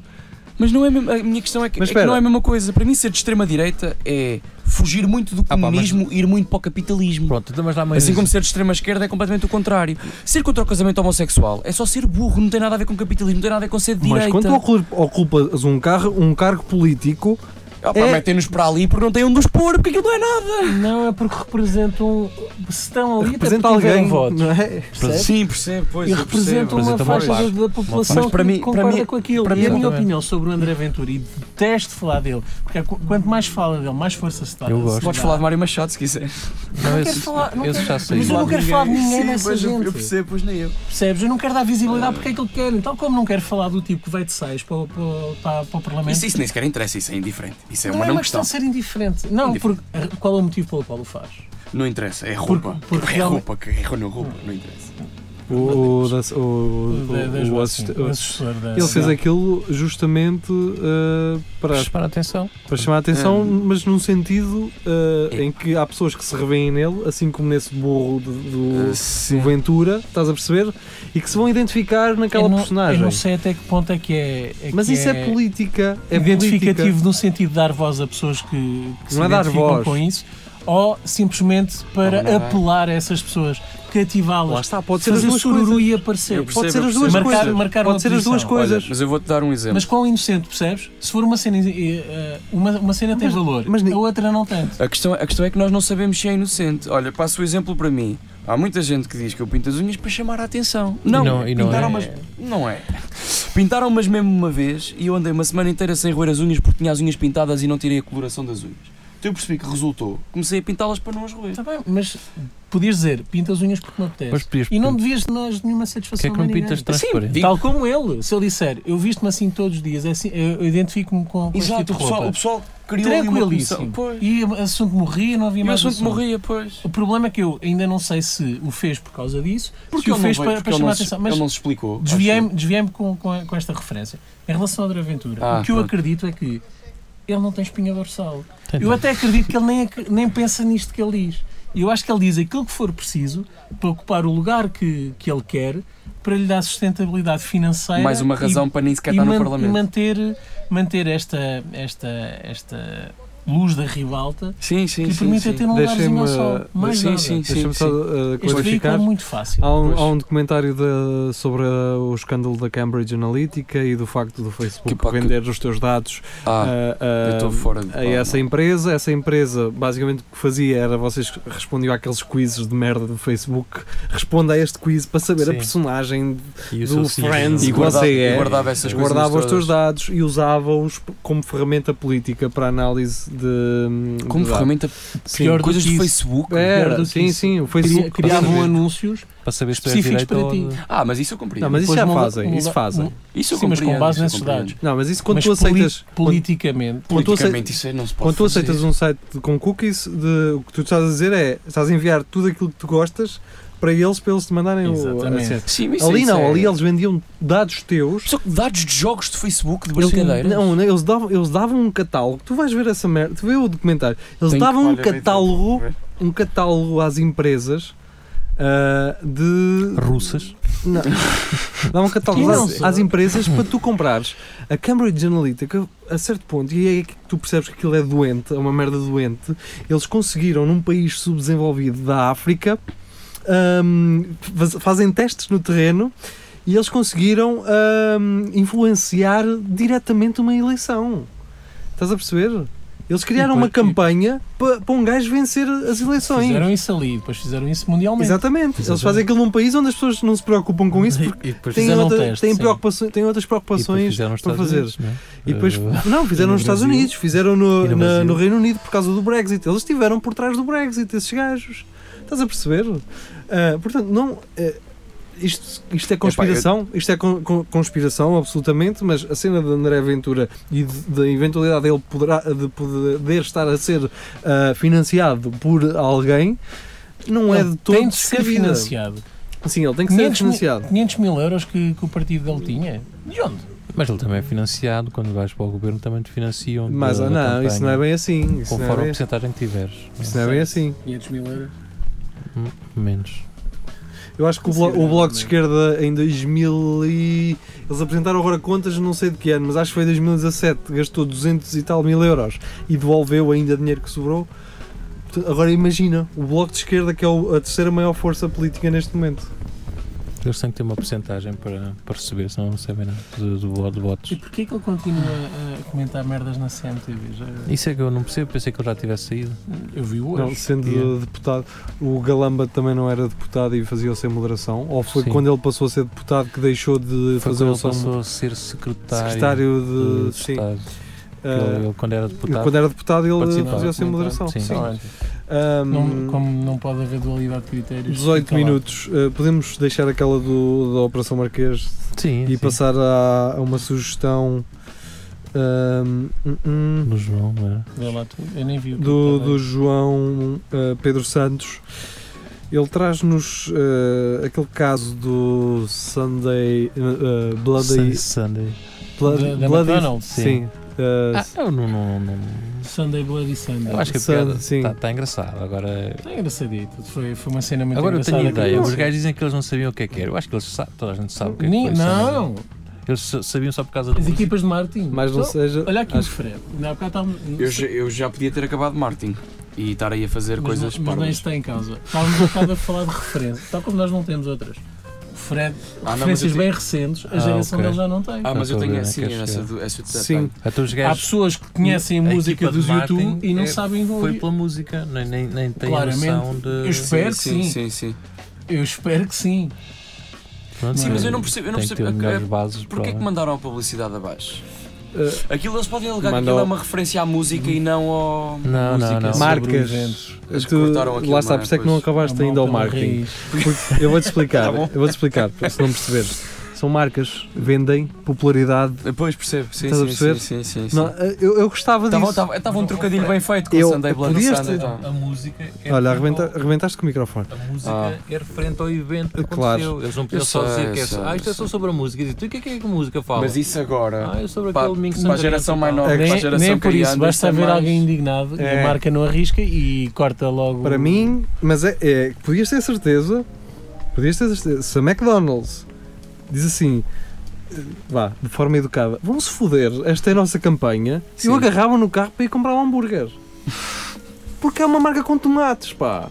D: Mas não é a mesma- a minha questão é que,
B: Mas
D: é que não
B: espera.
D: é a mesma coisa. Para mim, ser de extrema-direita é fugir muito do
C: Ah, pá, mas-
D: comunismo e ir muito para o capitalismo.
C: Pronto, então, mas lá mais.
D: Assim como ser de extrema-esquerda é completamente o contrário. Ser contra o casamento homossexual é só ser burro, não tem nada a ver com capitalismo, não tem nada a ver com ser de
B: Mas
D: direita.
B: quando tu ocu- ocupas um, carro, um cargo político,
D: Ah, pá,
B: é-
D: Metem-nos para ali porque não têm onde os pôr, porque aquilo não é nada.
E: Não é porque representam. Se estão ali,
B: representa
E: até tiveram
B: alguém.
E: votos.
B: Não é?
E: percebes?
D: Sim, percebo, pois.
E: e
D: eu
E: representa
D: percebo.
E: uma
C: Representa uma
E: faixa
C: parte.
E: da- da população
D: Mas para
E: que
D: mim- para
E: concorda
D: mim-
E: com aquilo.
D: para
E: e
D: mim-
E: a minha
C: Exatamente.
E: opinião sobre o André Ventura, e detesto falar dele, porque é qu- quanto mais fala dele, mais força se dá.
C: Eu
E: se
C: gosto.
E: dá.
D: Podes falar de Mário Machado se quiser.
C: Não,
E: quero
C: esse,
E: falar, não
C: esse
E: quero-
C: já
E: Mas eu
C: saiu.
E: não quero falar de ninguém dessa
D: pois, eu-
E: gente.
D: Eu percebo, pois nem eu.
E: Percebes? Eu não quero dar visibilidade porque é que ele quer. Tal como não quero falar do tipo que vai de seis para, o- para, o- para, para o Parlamento.
D: Isso, isso nem sequer interessa, isso é indiferente. Isso é
E: não
D: uma
E: é
D: não
E: uma questão
D: questão.
E: de ser indiferente. Não, porque, qual é o motivo pelo qual o faz?
D: Não interessa, é roupa.
E: Porque- porque
D: é
E: realmente-
D: roupa, que é não roupa, não interessa.
B: O, o, da- o-
E: Da- da
B: o- o
E: Joaquim,
B: assiste-
E: o assessor da-
B: Ele fez
E: da-
B: aquilo justamente eh, para,
C: Mas para atenção.
B: para chamar a atenção,
D: Hum.
B: mas num sentido eh,
D: É.
B: em que há pessoas que se revêem nele, assim como nesse burro do, do- do
D: Eh, Sim.
B: Ventura, estás a perceber? E que se vão identificar naquela
E: eu não,
B: personagem.
E: Eu não sei até que ponto é que é. que
B: mas isso é, política. É
E: identificativo
B: política.
E: no sentido de dar voz a pessoas que, que se
B: Não é dar
E: identificam
B: voz.
E: com isso ou simplesmente para
D: Não, não é.
E: apelar a essas pessoas,
B: Lá
E: cativá-las,
B: está, pode ser as
E: fazer
B: duas
E: sururu
B: coisas.
E: e
D: Eu
E: aparecer.
D: percebo.
B: Pode ser as duas
D: percebo.
E: Marcar-
B: coisas.
E: marcar uma
B: pode ser as duas
E: posição.
B: coisas.
D: Olha, mas eu vou-te dar um exemplo.
E: Mas quão inocente, percebes? Se for uma cena, eh, eh, uma, uma cena tem
B: Mas-
E: valor,
B: mas ni-
E: a outra não tanto.
D: A questão, a questão é que nós não sabemos se é inocente. Olha, passo o exemplo para mim. Há muita gente que diz que eu pinto as unhas para chamar a atenção. Não,
C: não- e não
D: pintaram
C: é.
D: umas. Não é. Pintaram-mas mesmo uma vez e eu andei uma semana inteira sem roer as unhas porque tinha as unhas pintadas e não tirei a coloração das unhas. Então eu percebi que resultou. Comecei a pintá-las para não as roer.
B: Tá
E: Está bem, mas podias dizer, pinta as unhas porque me apetece.
C: Mas podias-
E: e não devias dar nenhuma
C: Porquê
E: satisfação
C: é que não
E: a ninguém.
C: pintas transparente?
D: Sim,
E: Tal como ele, se ele disser, eu visto-me assim todos os dias, é assim, eu eu identifico-me com, com este
D: Exato,
E: tipo
D: o
E: de
D: pessoal,
E: roupa.
D: o pessoal criou ali uma comissão.
E: Tranquilíssimo.
D: Pois.
E: E o assunto morria, não havia
D: E o
E: mais
D: assunto morria, pois.
E: O problema é que eu ainda não sei se o fez por causa disso, se
D: ele
E: o
D: não
E: fez
D: veio,
E: para,
D: porque ele
E: para chamar
D: não
E: a
D: se-
E: atenção.
D: Ele
E: Mas
D: não se explicou. acho
E: desviei-me desviei com, com, com esta referência. Em relação à Aventura,
D: Ah,
E: o que eu
D: pronto.
E: acredito é que ele não tem espinha dorsal. Eu até acredito que ele nem, ac- nem pensa nisto que ele diz. E Eu acho que ele diz aquilo que for preciso para ocupar o lugar que, que ele quer para lhe dar sustentabilidade financeira.
D: eu. Mais uma
E: é? e-
D: razão para nem sequer
E: e
D: é estar no
E: man- e
D: Parlamento.
E: manter, manter esta, esta, esta luz da ribalta
D: Sim,
E: que
D: sim,
E: lhe
D: sim.
E: permite é
D: sim.
E: ter um
B: Deixem-me,
E: lugarzinho ao sol.
B: uh,
E: Mais
D: sim,
E: nada.
D: sim, sim.
B: Deixa-me só uh,
E: Este veículo é
B: clarificar.
E: muito fácil.
B: Há um,
D: Pois.
B: há um documentário da- sobre uh, o escândalo da Cambridge Analytica e do facto do Facebook
D: Que pá, que-
B: vender os teus dados
D: Ah,
B: a, a-
D: eu estou fora de-
B: a Ah, essa empresa. Essa empresa basicamente o que fazia era vocês respondiam àqueles quizzes de merda do Facebook, responda a este quiz para saber a
C: Sim.
B: personagem,
C: E o
B: Do
C: seu signo.
B: Friends.
D: e
B: se
D: guardava,
B: você é,
D: e guardava essas coisas.
B: guardava os teus
D: todas.
B: dados e usava-os p- como ferramenta política para análise de. hum,
D: Como
B: de dados.
D: ferramenta.
B: Sim.
E: Pior do
D: Coisas
E: que
D: do
E: isso.
D: Facebook.
E: pior do
B: Era,
E: que
B: sim,
E: isso.
B: sim, o
E: Cria-
B: Facebook para
E: Criavam
B: saber.
E: anúncios
C: Para saber se tu és
E: específicos
C: direito ou...
E: para ti.
D: Ah, mas isso eu compreendo.
B: Não, mas isso
E: Depois
B: já
E: muda-
B: fazem, isso
E: muda-
B: fazem.
D: Isso eu
E: Sim, mas com
D: compreendo.
E: base
D: isso eu
E: nesses
D: compreendo.
E: dados.
B: Não, mas isso quando
E: um,
B: tu
E: mas poli-
B: aceitas. quando-
E: politicamente.
B: Quando tu aceitas-
D: Politicamente, isso aí não se pode
B: Quando tu
D: fazer.
B: aceitas um site de- com cookies, de- o que tu estás a dizer é estás a enviar tudo aquilo que tu gostas para eles, para eles te mandarem o.
E: Exatamente.
B: assim.
D: Sim, mas isso
B: Ali
D: isso
B: não,
D: é-
B: ali um- eles vendiam dados teus.
D: Só que dados de jogos de Facebook, de
B: Eles,
D: brincadeira.
B: não, não, eles davam, eles davam um catálogo. Tu vais ver essa merda, tu vê o documentário. Eles
D: Tenho-
B: davam um
G: Olha, nem
B: catálogo,
G: tanto,
B: um catálogo às empresas ah, de
C: Russas.
B: Não. Dá um
E: E
B: catálogo
E: não
B: às,
E: só.
B: às empresas para tu comprares. A Cambridge Analytica, a certo ponto, e é que tu percebes que aquilo é doente, é uma merda doente, eles conseguiram, num país subdesenvolvido da África, hum, faz- fazem testes no terreno e eles conseguiram hum, influenciar diretamente uma eleição. Estás a perceber? Eles criaram
E: E
B: uma
E: depois-
B: campanha para, para um gajo vencer as eleições.
E: é? Fizeram um isso ali, depois fizeram isso mundialmente.
B: Exatamente.
E: um
B: Eles fazem aquilo num país onde as pessoas não se preocupam com isso porque
C: E depois
B: têm,
E: fizeram um
B: outra-
E: teste,
B: têm
E: sim.
B: preocupações, têm outras preocupações. para fazer. E
E: Eh,
B: depois,
C: Eh,
B: não, fizeram
C: no
B: nos Estados
C: Brasil.
B: Unidos, fizeram no,
C: E no
B: na-
C: Brasil.
B: no Reino Unido por causa do Brexit. Eles estiveram por trás do Brexit, esses gajos. Estás a perceber? Ah, portanto, não. eh, isto, isto é conspiração, isto é con- con- conspiração, absolutamente, mas a cena de André Ventura e de- da eventualidade dele poderá, de poder estar a ser ah, financiado por alguém não é
E: Ele
B: de todo
E: tem de ser
B: descabida.
E: financiado.
B: Sim, ele tem que ser
E: 500 mil-
B: financiado.
E: 500 mil euros que, que o partido dele tinha. De onde?
C: Mas ele também é financiado, quando vais para o governo também te financiam.
B: Mas
C: da-
B: ah,
C: da
B: não,
C: campanha,
B: isso não é bem assim. Isso não é
C: Conforme a
B: bem,
C: porcentagem que tiveres.
B: isso não é bem assim.
E: 500 mil euros.
C: Menos.
B: Eu acho que o, blo- o Bloco de Esquerda em 2000 e... Eles apresentaram agora contas, não sei de que ano, mas acho que foi 2017. Gastou 200 e tal mil euros e devolveu ainda dinheiro que sobrou. Portanto, Agora imagina, o Bloco de Esquerda que é o- a terceira maior força política neste momento.
C: Eles têm que ter uma porcentagem para, para receber, senão não recebem nada de, de, de votos.
E: E porquê que ele continua a- a comentar merdas na CMTV? Já-
C: Isso é que eu não percebo, pensei que ele já tivesse saído.
E: Eu vi hoje.
B: Não, sendo
C: yeah.
B: deputado, o Galamba também não era deputado e fazia-o sem moderação. Ou foi
C: Sim.
B: quando ele passou a ser deputado que deixou de
C: Foi
B: fazer
C: quando
B: o
C: ele
B: som
C: passou a ser secretário,
B: secretário
C: de,
B: de. Sim.
C: Estado.
B: Ah,
C: ele, ele, quando era deputado,
B: Quando era deputado, ele
C: participava.
B: fazia sem moderação.
C: Sim.
B: Sim.
E: Olha,
B: Ahm,
E: não- como não pode haver dualidade de critérios.
B: 18
E: fica lá.
B: minutos. Uh, podemos deixar aquela do, da Operação Marquês
C: sim,
B: e
C: sim.
B: passar a, a uma sugestão ahm, hum, hum,
C: do João, não é? era?
E: Vê lá tu. Eu nem vi o que
B: do,
E: ele
B: do João uh, Pedro Santos. Ele traz-nos uh, aquele caso do Sunday uh, uh, Bloody,
C: Sun- Sunday.
B: Bloody,
E: Da- da
B: Bloody-
E: McDonald's?
B: Sim. Uh,
C: Ah, eu não, não, não-
E: tava. Sunday Bloody Sunday.
C: Eu acho que a
B: Sun-
C: piada
B: sim.
C: está tá engraçada. Agora,
E: É engraçadito. Foi, foi uma cena muito
C: agora eu
E: engraçada. é?
C: tenho
E: que
C: ideia. Os
E: aconteceu.
C: gajos dizem que eles não sabiam o que é que era. Eu acho que eles sabem, toda a gente sabe o que é
E: Nem-
C: que foi.
E: não,
C: Eles sa- sabiam só por causa da
E: as
C: música.
E: equipas de marketing.
B: mas não
E: Só-
B: seja.
E: Olha aqui o
B: acho-
E: Fred. Na época estávamos.
D: Eu, já- eu já podia ter acabado Martin e estar aí a fazer
E: mas
D: coisas
E: não, mas não é
D: parvas.
E: está em causa. Estávamos um bocado a falar de referência. Tal como nós não temos outras. O Fred,
D: Ah, não, mas eu
E: referências
D: tenho,
E: bem recentes, a
C: Ah,
E: geração
C: ok.
E: dele já não tem.
D: ah, mas eu
C: Não estou a
D: tenho
C: ver,
D: assim,
C: não quero
D: essa,
C: chegar.
D: do- essa,
B: Sim.
D: tenho.
C: Então os
E: Há
C: gajos
E: pessoas que conhecem a
C: a
E: música
C: equipa de
E: dos YouTube
C: marketing
E: e não
C: é-
E: sabem do
C: foi pela música, nem, nem, nem têm a
E: Claramente.
C: noção de.
E: Eu espero que
D: Sim,
E: sim.
D: sim, sim.
E: Eu espero que sim.
C: Pronto,
D: Sim, mas eu não percebo, eu não
C: tem que
D: percebo.
C: ter um
D: Ok,
C: melhores bases
D: Porquê
C: para-
D: que mandaram a publicidade abaixo?
B: Uh,
D: Aquilo eles podem alegar que
B: mandou-
D: aquilo é uma referência à música e não ao.
C: Não, não, não.
D: Mar-
B: Marcas.
D: Eles
B: Tu-
D: cortaram aquilo,
B: lá está,
D: não é?
B: por isso é que
D: Pois.
E: um
D: Tá
B: não acabaste ainda ao
E: Mal pela
B: marketing.
E: raiz.
B: Porque- eu vou-te explicar, eu vou-te explicar, se não perceberes. São marcas, vendem popularidade.
D: Depois percebo, sim,
B: Estás a
D: sim, sim,
B: perceber?
D: sim, sim, sim.
B: Não, eu, eu gostava disso.
D: Estava um trocadilho bem feito com
B: Eu-
D: o Sunday Blood no
B: podias
D: Sunday.
B: ter-
D: então.
C: A música é
B: Olha,
C: referente
B: arrebenta-
C: ao-
B: arrebentaste com o microfone.
C: A música
D: Ah.
C: é referente ao evento que
B: É claro.
C: aconteceu. Eles não podiam
D: Eu
C: só
D: sei,
C: dizer que é
D: eu
C: só.
D: sei,
C: Ah, isto
D: eu
C: é só
D: sei.
C: sobre a música. E diz, tu, o que é que, é que a música fala?
D: Mas isso agora.
C: Ah, é sobre
D: Pá,
C: aquele domingo
D: para a geração mais nova,
B: É que
E: Nem,
D: para a geração
E: nem por
D: criança,
E: isso, basta
D: isto é
E: haver
D: mais-
E: alguém indignado e
B: É.
E: a marca não arrisca e corta logo.
B: Para mim, mas é, é podias ter certeza, podias ter certeza, se a McDonald's diz assim, eh, vá, de forma educada, vão-se foder, esta é a nossa campanha, eu
D: Sim.
B: agarrava no carro para ir comprar um hambúrguer. Porque é uma marca com tomates, pá.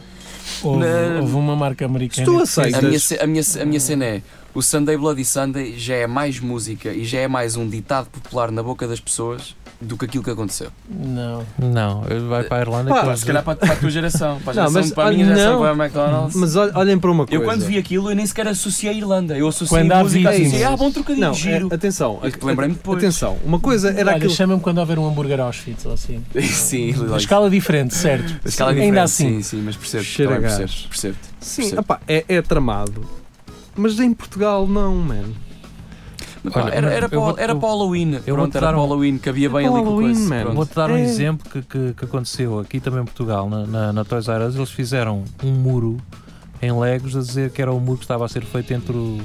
E: Houve,
D: Na-
E: houve uma marca
B: Se
E: americana.
B: tu
E: que fez-
B: aceitas-
D: A minha, ce- a, minha, ce- a minha cena é o Sunday Bloody Sunday já é mais música e já é mais um ditado popular na boca das pessoas do que aquilo que aconteceu.
E: Não.
C: Não, ele vai para a Irlanda
B: Pá,
C: com
D: Se calhar para, para a tua geração, para a,
B: Não,
D: geração,
B: mas-
D: para a
B: olha,
D: minha geração
B: não.
D: que vai ao McDonald's.
B: Mas ol- olhem para uma coisa.
D: eu quando vi aquilo eu nem sequer associei a Irlanda, eu associei
E: Quando há
D: música,
E: vídeos.
D: associei, ah, bom trocadilho,
B: Não, é,
D: giro.
B: atenção,
D: E que lembrei-me depois.
B: atenção, uma coisa era
E: Olha,
B: aquilo.
E: chama-me quando houver um hambúrguer Auschwitz ou assim.
B: é,
D: sim,
E: A
D: lógico.
E: escala diferente, certo?
D: A escala é diferente,
E: Ainda assim.
D: Sim, sim, mas percebo.
B: Cheira
D: também
B: a
D: percebo,
B: gás.
D: percebo.
B: Sim,
D: percebo.
B: opá, é, é tramado. Mas em Portugal não, man.
D: Mas pá,
C: Olha,
D: era,
C: eu
D: era, para,
C: vou-
D: o- era
C: eu-
D: para o Halloween.
C: vou-te
D: Pronto, era
C: dar
D: para o
C: um-
D: Halloween, cabia bem
B: para o
D: ali com o
B: Halloween,
D: coisa.
B: man.
D: Pronto.
C: Vou-te dar um
B: É.
C: exemplo que, que, que aconteceu aqui também em Portugal, na, na, na Toys R Us, eles fizeram um muro em Legos a dizer que era o muro que estava a ser feito entre o,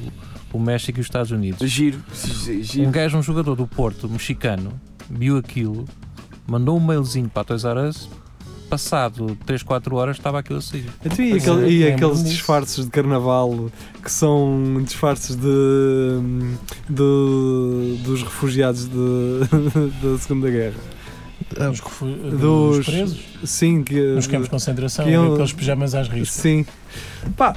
C: o México e os Estados Unidos.
D: Giro, gi-
C: Um
D: giro.
C: gajo, um jogador do Porto, mexicano, viu aquilo, mandou um mailzinho para a Toys R Us, passado 3, 4 horas estava aquilo a sair.
B: Então, e,
E: Pois
B: aquele-
E: é,
B: e
E: lembro-me
B: aqueles
E: disso.
B: disfarces de carnaval que são disfarces de, de- dos refugiados de- da Segunda Guerra?
E: Dos, refu-
B: Dos-
E: dos presos,
B: Sim, que.
E: nos campos de concentração,
B: que
E: e
B: eu-
E: aqueles pijamas às riscas.
B: Sim. Pá,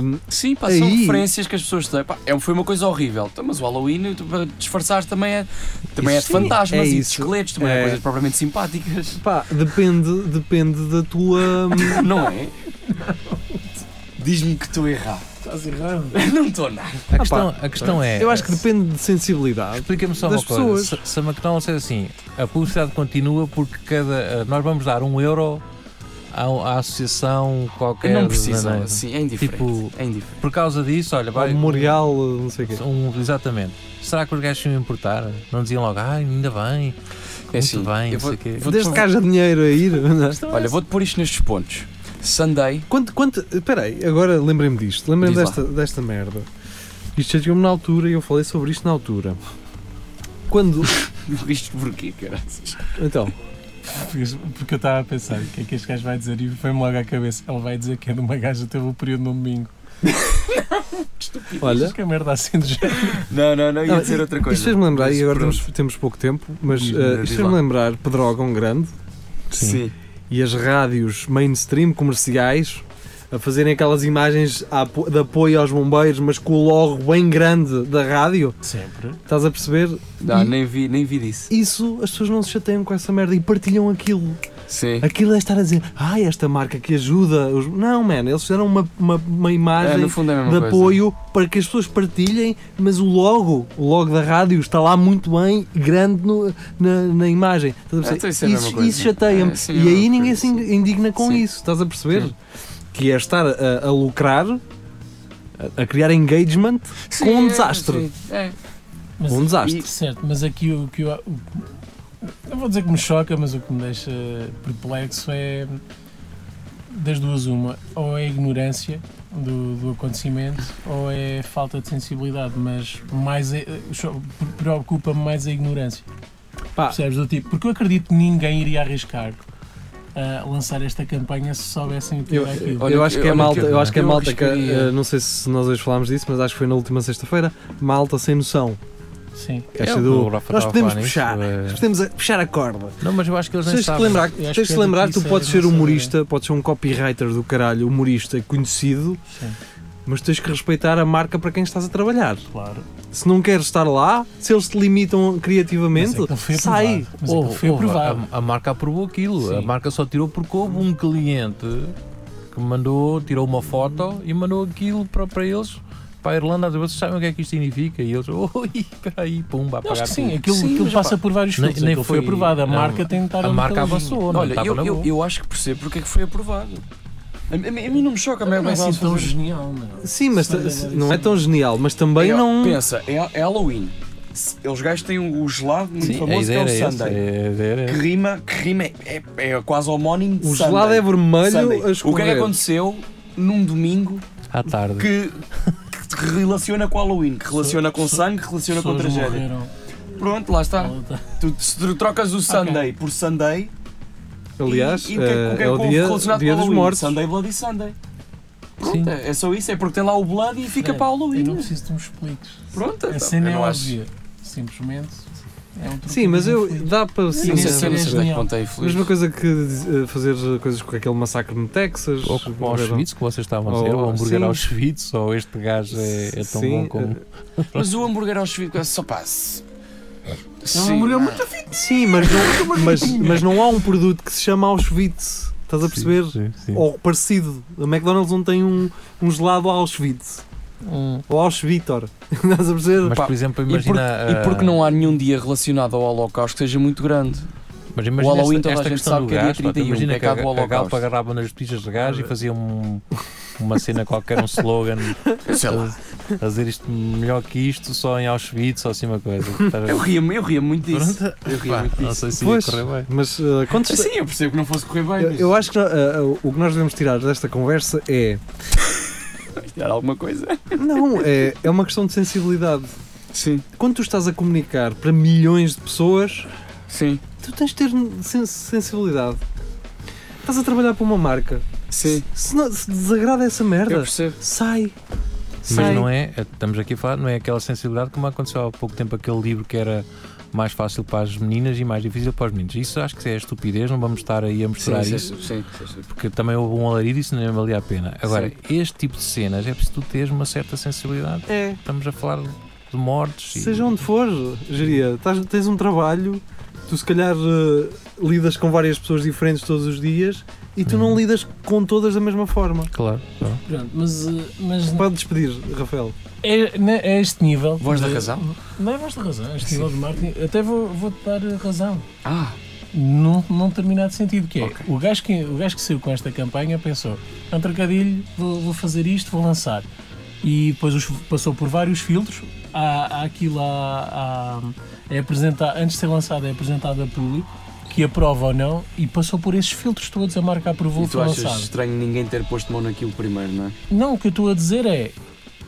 B: hum,
D: Sim, pá, são
B: Aí-
D: referências que as pessoas têm. Pá, é, foi uma coisa horrível. Então, Mas o Halloween, tu, para disfarçar também é, também é de
B: Sim,
D: fantasmas
B: é
D: e de
B: isso.
D: esqueletos, também é.
B: É.
D: coisas propriamente simpáticas.
B: pá, depende, depende da tua.
D: Não é? Diz-me que estou errado.
E: Estás errado.
D: Não estou nada.
C: A questão, a questão é.
B: Eu acho que depende de sensibilidade.
C: Explica-me só uma
B: das
C: coisa.
B: pessoas.
C: Se, se a McDonald's é assim, a publicidade continua porque cada. Nós vamos dar um euro à, à associação qualquer.
D: Não
C: da-
D: precisam,
C: da-
D: assim, é indiferente.
C: Tipo-
D: é indiferente.
C: Por causa disso, olha,
B: Ao
D: um
C: vai.
B: memorial, não sei o quê.
C: Um, exatamente. Será que os gajos se iam importar? Não diziam logo, ah, ainda bem,
D: É assim,
C: muito bem,
D: eu
C: não
D: vou-
C: sei o quê.
D: vou-
B: Desde que haja dinheiro a ir. não é?
D: Olha, vou-te pôr isto nestes pontos. Sunday,
B: Quanto, quanto, peraí, agora lembrei-me disto, lembrei-me
D: Diz lá.
B: desta, desta merda. Isto chegou-me na altura e eu falei sobre isto na altura. Quando.
D: isto porquê, caralho?
B: Então,
E: Porque eu estava a pensar, o que é que este gajo vai dizer? E foi-me logo à cabeça. Ele vai dizer que é de uma gaja que teve o período no domingo.
B: olha.
E: Acho que é merda assim do género.
D: Não, não, não, ia
B: Não,
D: dizer outra coisa.
B: Isto fez-me lembrar,
D: Mas
B: e agora
D: pronto,
B: temos, temos pouco tempo, mas
D: Diz,
B: eh,
D: diz
B: isto
D: lá.
B: fez-me lembrar Pedrógão Grande
D: um- Sim.
B: e as rádios mainstream comerciais a fazerem aquelas imagens a apo- de apoio aos bombeiros, mas com o logo bem grande da rádio.
E: Sempre.
B: Estás a perceber?
D: Não,
B: E-
D: nem vi, nem vi disso.
B: Isso, as pessoas não se chateiam com essa merda e partilham aquilo.
D: Sim.
B: Aquilo é estar a dizer, ah, esta marca que ajuda. os-" Não, man, eles fizeram uma, uma, uma
D: É,
B: imagem
D: no fundo é a mesma
B: de
D: coisa.
B: apoio para que as pessoas partilhem, mas o logo, o logo da rádio está lá muito bem, grande no- na, na imagem. Estás a
D: Ah, então
B: perceber?
D: isso é a mesma
B: isso
D: coisa.
B: isso chateia-me.
D: É, sim, é
B: e
D: uma
B: aí ninguém
D: coisa,
B: se in- indigna com
D: Sim.
B: isso, estás a perceber?
D: Sim.
B: Que é estar a, a lucrar, a, a criar engagement
D: Sim,
B: com um
D: é,
B: desastre.
D: sim, é.
E: Mas,
B: Um desastre.
E: e- certo, mas aqui o que eu. o- não vou dizer que me choca, mas o que me deixa perplexo é. Das duas, uma. Ou é a ignorância do, do acontecimento, ou é falta de sensibilidade. Mas mais é- cho- preocupa-me mais a ignorância.
B: Pá.
E: Percebes? Do tipo, porque eu acredito que ninguém iria arriscar a lançar esta campanha se soubessem o que
B: Eu,
E: era aquilo.
D: Olha
B: eu
D: que-
B: acho que é
D: olha
B: malta,
D: que eu-
B: eu acho que é
D: eu
B: malta que,
D: arriscaria.
B: eh, não sei se nós hoje falámos disso, mas acho que foi na última sexta-feira, malta sem noção.
E: Sim.
B: Caixa
C: É,
B: do-
C: o Rafa
B: Nós
C: estava a
B: podemos
C: falar
B: puxar,
C: nisso, é.
B: nós podemos a- puxar a corda.
C: Não, mas eu acho que eles nem
B: Tens que
C: sabem.
B: lembrar,
E: Eu acho
B: tens
E: que
B: que
E: é do
B: lembrar
E: que
B: tu
E: isso é
B: podes
E: da
B: ser
E: nossa
B: humorista, podes ser um copywriter do caralho, humorista conhecido,
E: Sim.
B: mas tens que respeitar a marca para quem estás a trabalhar.
E: Claro.
B: Se não queres estar lá, se eles te limitam criativamente,
E: Mas é que ele foi
B: sai.
E: aprovado. Mas é que ele foi
C: Houve,
E: aprovado.
C: A, a marca aprovou aquilo.
E: Sim.
C: A marca só tirou porque houve um cliente que mandou, tirou uma foto e mandou aquilo para, para eles, para a Irlanda, a dizer, vocês sabem o que é que isto significa? E eles, oi, espera aí, pumba,
E: Eu acho
C: apagar
E: que sim,
C: tudo.
E: aquilo,
D: Sim,
E: aquilo
D: mas,
E: passa
D: pá,
E: por vários
C: nem-
E: filtros.
C: nem
E: aquilo foi,
C: foi-
E: aprovado, a
C: não,
E: marca tem um de estar
C: a
E: ali
C: marca
E: naquele
C: avançou, não
D: Olha,
C: estava
D: eu,
C: na
D: eu,
C: boa.
D: eu acho que percebo porque é que foi aprovado. A, a mim a mim não me choca, mas
E: Não é
D: mas
E: assim
D: isso-
E: tão genial, mano.
B: Sim, mas
E: Sim,
B: ta-
E: sim.
B: não é tão genial, mas também
D: É-
B: não.
D: Pensa, é, é Halloween. Se- Eles gajos têm um, o gelado muito
C: Sim, a
D: famoso que
C: ideia
D: é o
C: era essa.
D: Sunday.
C: é, a ideia era
D: Que
C: essa.
D: rima, que rima é, é- é quase homónimo de
B: O
D: Sunday.
B: gelado é vermelho
D: Sunday.
B: a
D: O que é que
B: escorrer.
D: aconteceu num domingo
C: À tarde.
D: que, que relaciona com Halloween, que relaciona com
E: so-
D: sangue, que relaciona com
E: Pessoas
D: tragédia.
E: morreram.
D: Pronto, lá está.
E: Ela tá-
D: Tu, se tu trocas o Sunday por Sunday,
B: Aliás,
D: e, e o que é- o que
B: eh,
D: é
B: é o
D: que houve
B: dia,
D: relacionado
B: dia
D: com
B: dos
D: Halloween?
B: mortos.
D: Sunday, Bloody Sunday.
C: Sim.
D: Pronto, é é só isso, é porque tem lá o Blood e fica
E: Fred,
D: para o
E: Eu não
D: Halloween.
E: preciso de me expliques.
D: Pronto,
E: A
D: então,
E: cena
D: eu
E: é
D: não acho.
E: óbvia. Simplesmente é um truque
B: Sim, mas eu
E: infeliz.
B: dá para
E: Sim,
B: sim,
D: Sim,
E: mas
D: sim,
E: a
B: é-
D: sim,
E: cena é
D: sim,
E: genial.
D: contei
B: A
D: feliz.
B: mesma coisa que eh, fazer coisas com aquele massacre no Texas.
C: Ou como
B: whatever.
C: Auschwitz, que vocês estavam a dizer,
B: Ou-
C: ou um hambúrguer
B: sim.
C: Auschwitz, ou este gajo é, é tão
B: Sim,
C: bom como.
B: eh,
D: Mas o hambúrguer aos filhos, só passe. É Sim. Ah,
E: hambúrguer
B: Sim, mas não, mas, mas não há um produto que se chama Auschwitz. Estás a perceber?
C: Sim, sim.
B: Ou parecido. A McDonald's não tem um, um gelado Auschwitz.
E: Hum.
B: Ou Auschvitor. Estás a perceber?
C: Mas,
D: Pá,
C: por exemplo,
D: E, por,
C: imagina. eh,
D: e porque não há nenhum dia relacionado ao Holocausto que seja muito grande?
C: Mas imagina
D: O Halloween
C: esta,
D: toda a
C: esta
D: gente
C: questão
D: sabe
C: do
D: que é dia
C: gás, pá, tu
D: 31,
C: imagina que a,
D: pecado do
C: a Galpa
D: Holocausto.
C: agarrava nas pistas de gás e fazia um- uma cena qualquer, um slogan,
D: Sei lá.
C: a dizer isto melhor que isto, só em Auschwitz, ou assim uma coisa. Estás a ver?
D: Eu ria, eu ria muito disso.
C: Pronto.
D: Eu ria
C: Pá,
D: muito
C: não
D: disso.
C: sei se ia
B: Pois,
C: correr bem.
B: mas eh, quantos-
D: Sim, eu percebo que não fosse correr bem.
B: eu,
D: mas-
B: eu acho que eh, o que nós devemos tirar desta conversa é.
D: Dar alguma coisa?
B: Não, é, é uma questão de sensibilidade.
D: Sim,
B: Quando tu estás a comunicar para milhões de pessoas,
D: sim,
B: tu tens de ter sen- sensibilidade. Estás a trabalhar para uma marca.
D: sim.
B: Se, não- se desagrada essa merda,
D: Eu percebo.
B: sai.
C: Mas
B: Sai.
C: não é, estamos aqui a falar, não é aquela sensibilidade como aconteceu há pouco tempo aquele livro que era mais fácil para as meninas e mais difícil para os meninos. Isso acho que é estupidez, não vamos estar aí a misturar
D: sim,
C: isso.
D: sim, sim, sim, sim.
C: porque também houve um alarido e isso nem valia a pena. Agora, este tipo de cenas é preciso tu teres uma certa sensibilidade.
B: É,
C: Estamos a falar de mortes. e-
B: seja onde for, geria, estás- tens um trabalho, tu se calhar eh, lidas com várias pessoas diferentes todos os dias e tu
C: Uhum.
B: não lidas com todas da mesma forma.
C: Claro. claro.
E: Pronto, mas, eh, mas
B: Pode despedir, Rafael.
E: é, né, é este nível.
D: Voz da
E: de-
D: razão?
E: Não é voz da razão, é este nível de marketing. Até vou- vou-te dar eh, razão.
D: Ah,
E: num, num determinado sentido, que é
D: Ok.
E: o, gajo que, o gajo que saiu com esta campanha pensou, é um trocadilho, vou, vou fazer isto, vou lançar. E depois os- passou por vários filtros, há, há aquilo há, há- é apresenta- antes de ser lançado é apresentado a público, que aprova ou não, e passou por esses filtros todos, a marca aprovou,
D: e tu
E: foi
D: achas
E: lançado.
D: estranho ninguém ter posto mão naquilo primeiro, não é?
E: Não, o que eu estou a dizer é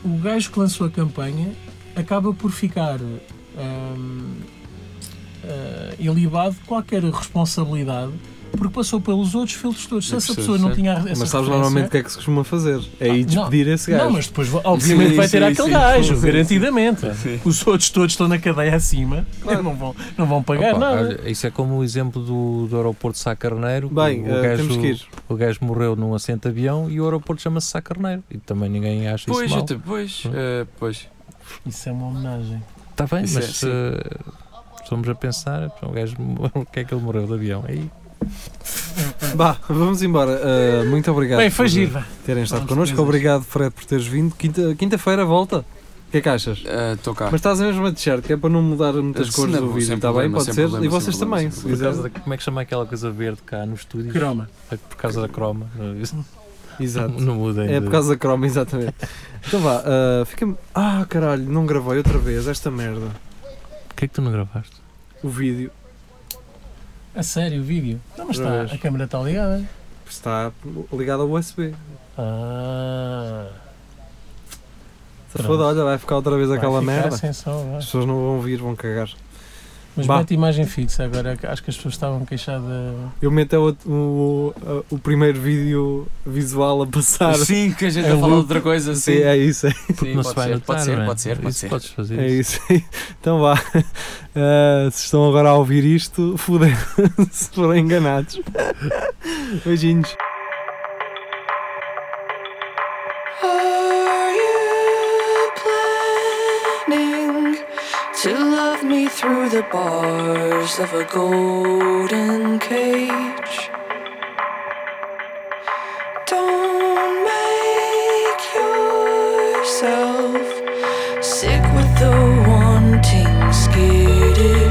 E: o gajo que lançou a campanha acaba por ficar hum, eh, ilibado de qualquer responsabilidade porque passou pelos outros filtros todos. Se
D: Eu
E: essa
D: percebo,
E: pessoa não
D: sim.
E: tinha essa
B: mas sabes
E: referência-
B: normalmente o que é que se costuma fazer? É ir
E: Ah, não.
B: despedir esse gajo.
E: Não, mas depois, vo- obviamente,
D: Sim,
E: vai ter
D: sim,
E: aquele
D: sim,
E: gajo,
D: sim, sim.
E: garantidamente.
D: Sim.
E: Os outros todos estão na cadeia acima, não, vão, não vão pagar
C: Opa,
E: nada.
C: olha, isso é como o exemplo do, do aeroporto de Sá Carneiro. que
B: Bem,
C: o,
B: eh,
C: gajo,
B: temos que ir.
C: o gajo morreu num assento de avião e o aeroporto chama-se Sá Carneiro. E também ninguém acha
D: Pois,
C: isso mal.
D: até, pois,
C: Hum.
D: eh, pois.
E: Isso é uma homenagem.
C: Está Tá bem,
D: Isso é,
C: mas
D: sim.
C: eh, estamos a pensar, pá, o gajo, o que é que ele morreu de avião? Aí,
B: Bah, vamos embora. Ah, muito obrigado
E: Bem,
B: por
E: foi giro, vá.
B: terem estado
E: Vamos
B: connosco.
E: coisas.
B: Obrigado, Fred, por teres vindo. Quinta- Quinta-feira volta. O que é que achas?
D: Estou Ah, cá.
B: Mas estás a mesma t-shirt, que é para não mudar muitas
D: Sim,
B: cores
D: não,
B: do
D: sem
B: vídeo, está bem?
D: problema,
B: Pode
D: sem
B: ser.
D: problema,
B: e vocês
D: sem
B: também,
D: problema,
B: se
D: sem
C: por causa
B: quiserem.
C: da, como é que chama aquela coisa verde cá no estúdio? É
E: Croma.
C: Por causa da croma.
B: Exato.
C: Não mudem.
B: É
C: de-
B: por causa da croma, exatamente. Então vá, ah, fica-me. Ah, caralho, não gravei outra vez esta merda.
C: O que é que tu não gravaste?
B: O vídeo
E: A sério, o vídeo. Não, mas
B: Outra
E: está,
B: vez.
E: a câmera está ligada.
B: está ligado ao USB.
E: Ah,
B: Se Tá foda, olha, vai ficar outra vez
E: vai
B: aquela
E: ficar assim.
B: merda.
E: sem som, vai.
B: As pessoas não vão ouvir, vão cagar.
E: Mas
B: Bah.
E: mete imagem fixa agora. que Acho que as pessoas estavam queixadas.
B: Eu meto é o, o, o primeiro vídeo visual a passar.
D: Sim, que a gente
B: É
D: está a falar de
B: loop.
D: outra coisa,
B: Sim,
D: sim.
B: é isso, é,
D: Porque
C: não
D: pode,
C: se vai
D: ser,
C: notar,
D: pode ser,
C: não é?
D: pode ser, pode
C: Isso
D: ser.
C: Podes fazer
B: é
C: isso.
B: isso. Então vá. Ah, se estão agora a ouvir isto, fudem se forem enganados. Beijinhos.
F: Are you planning to love me through the bars of a golden cage? Don't make yourself sick with the wanting skittish.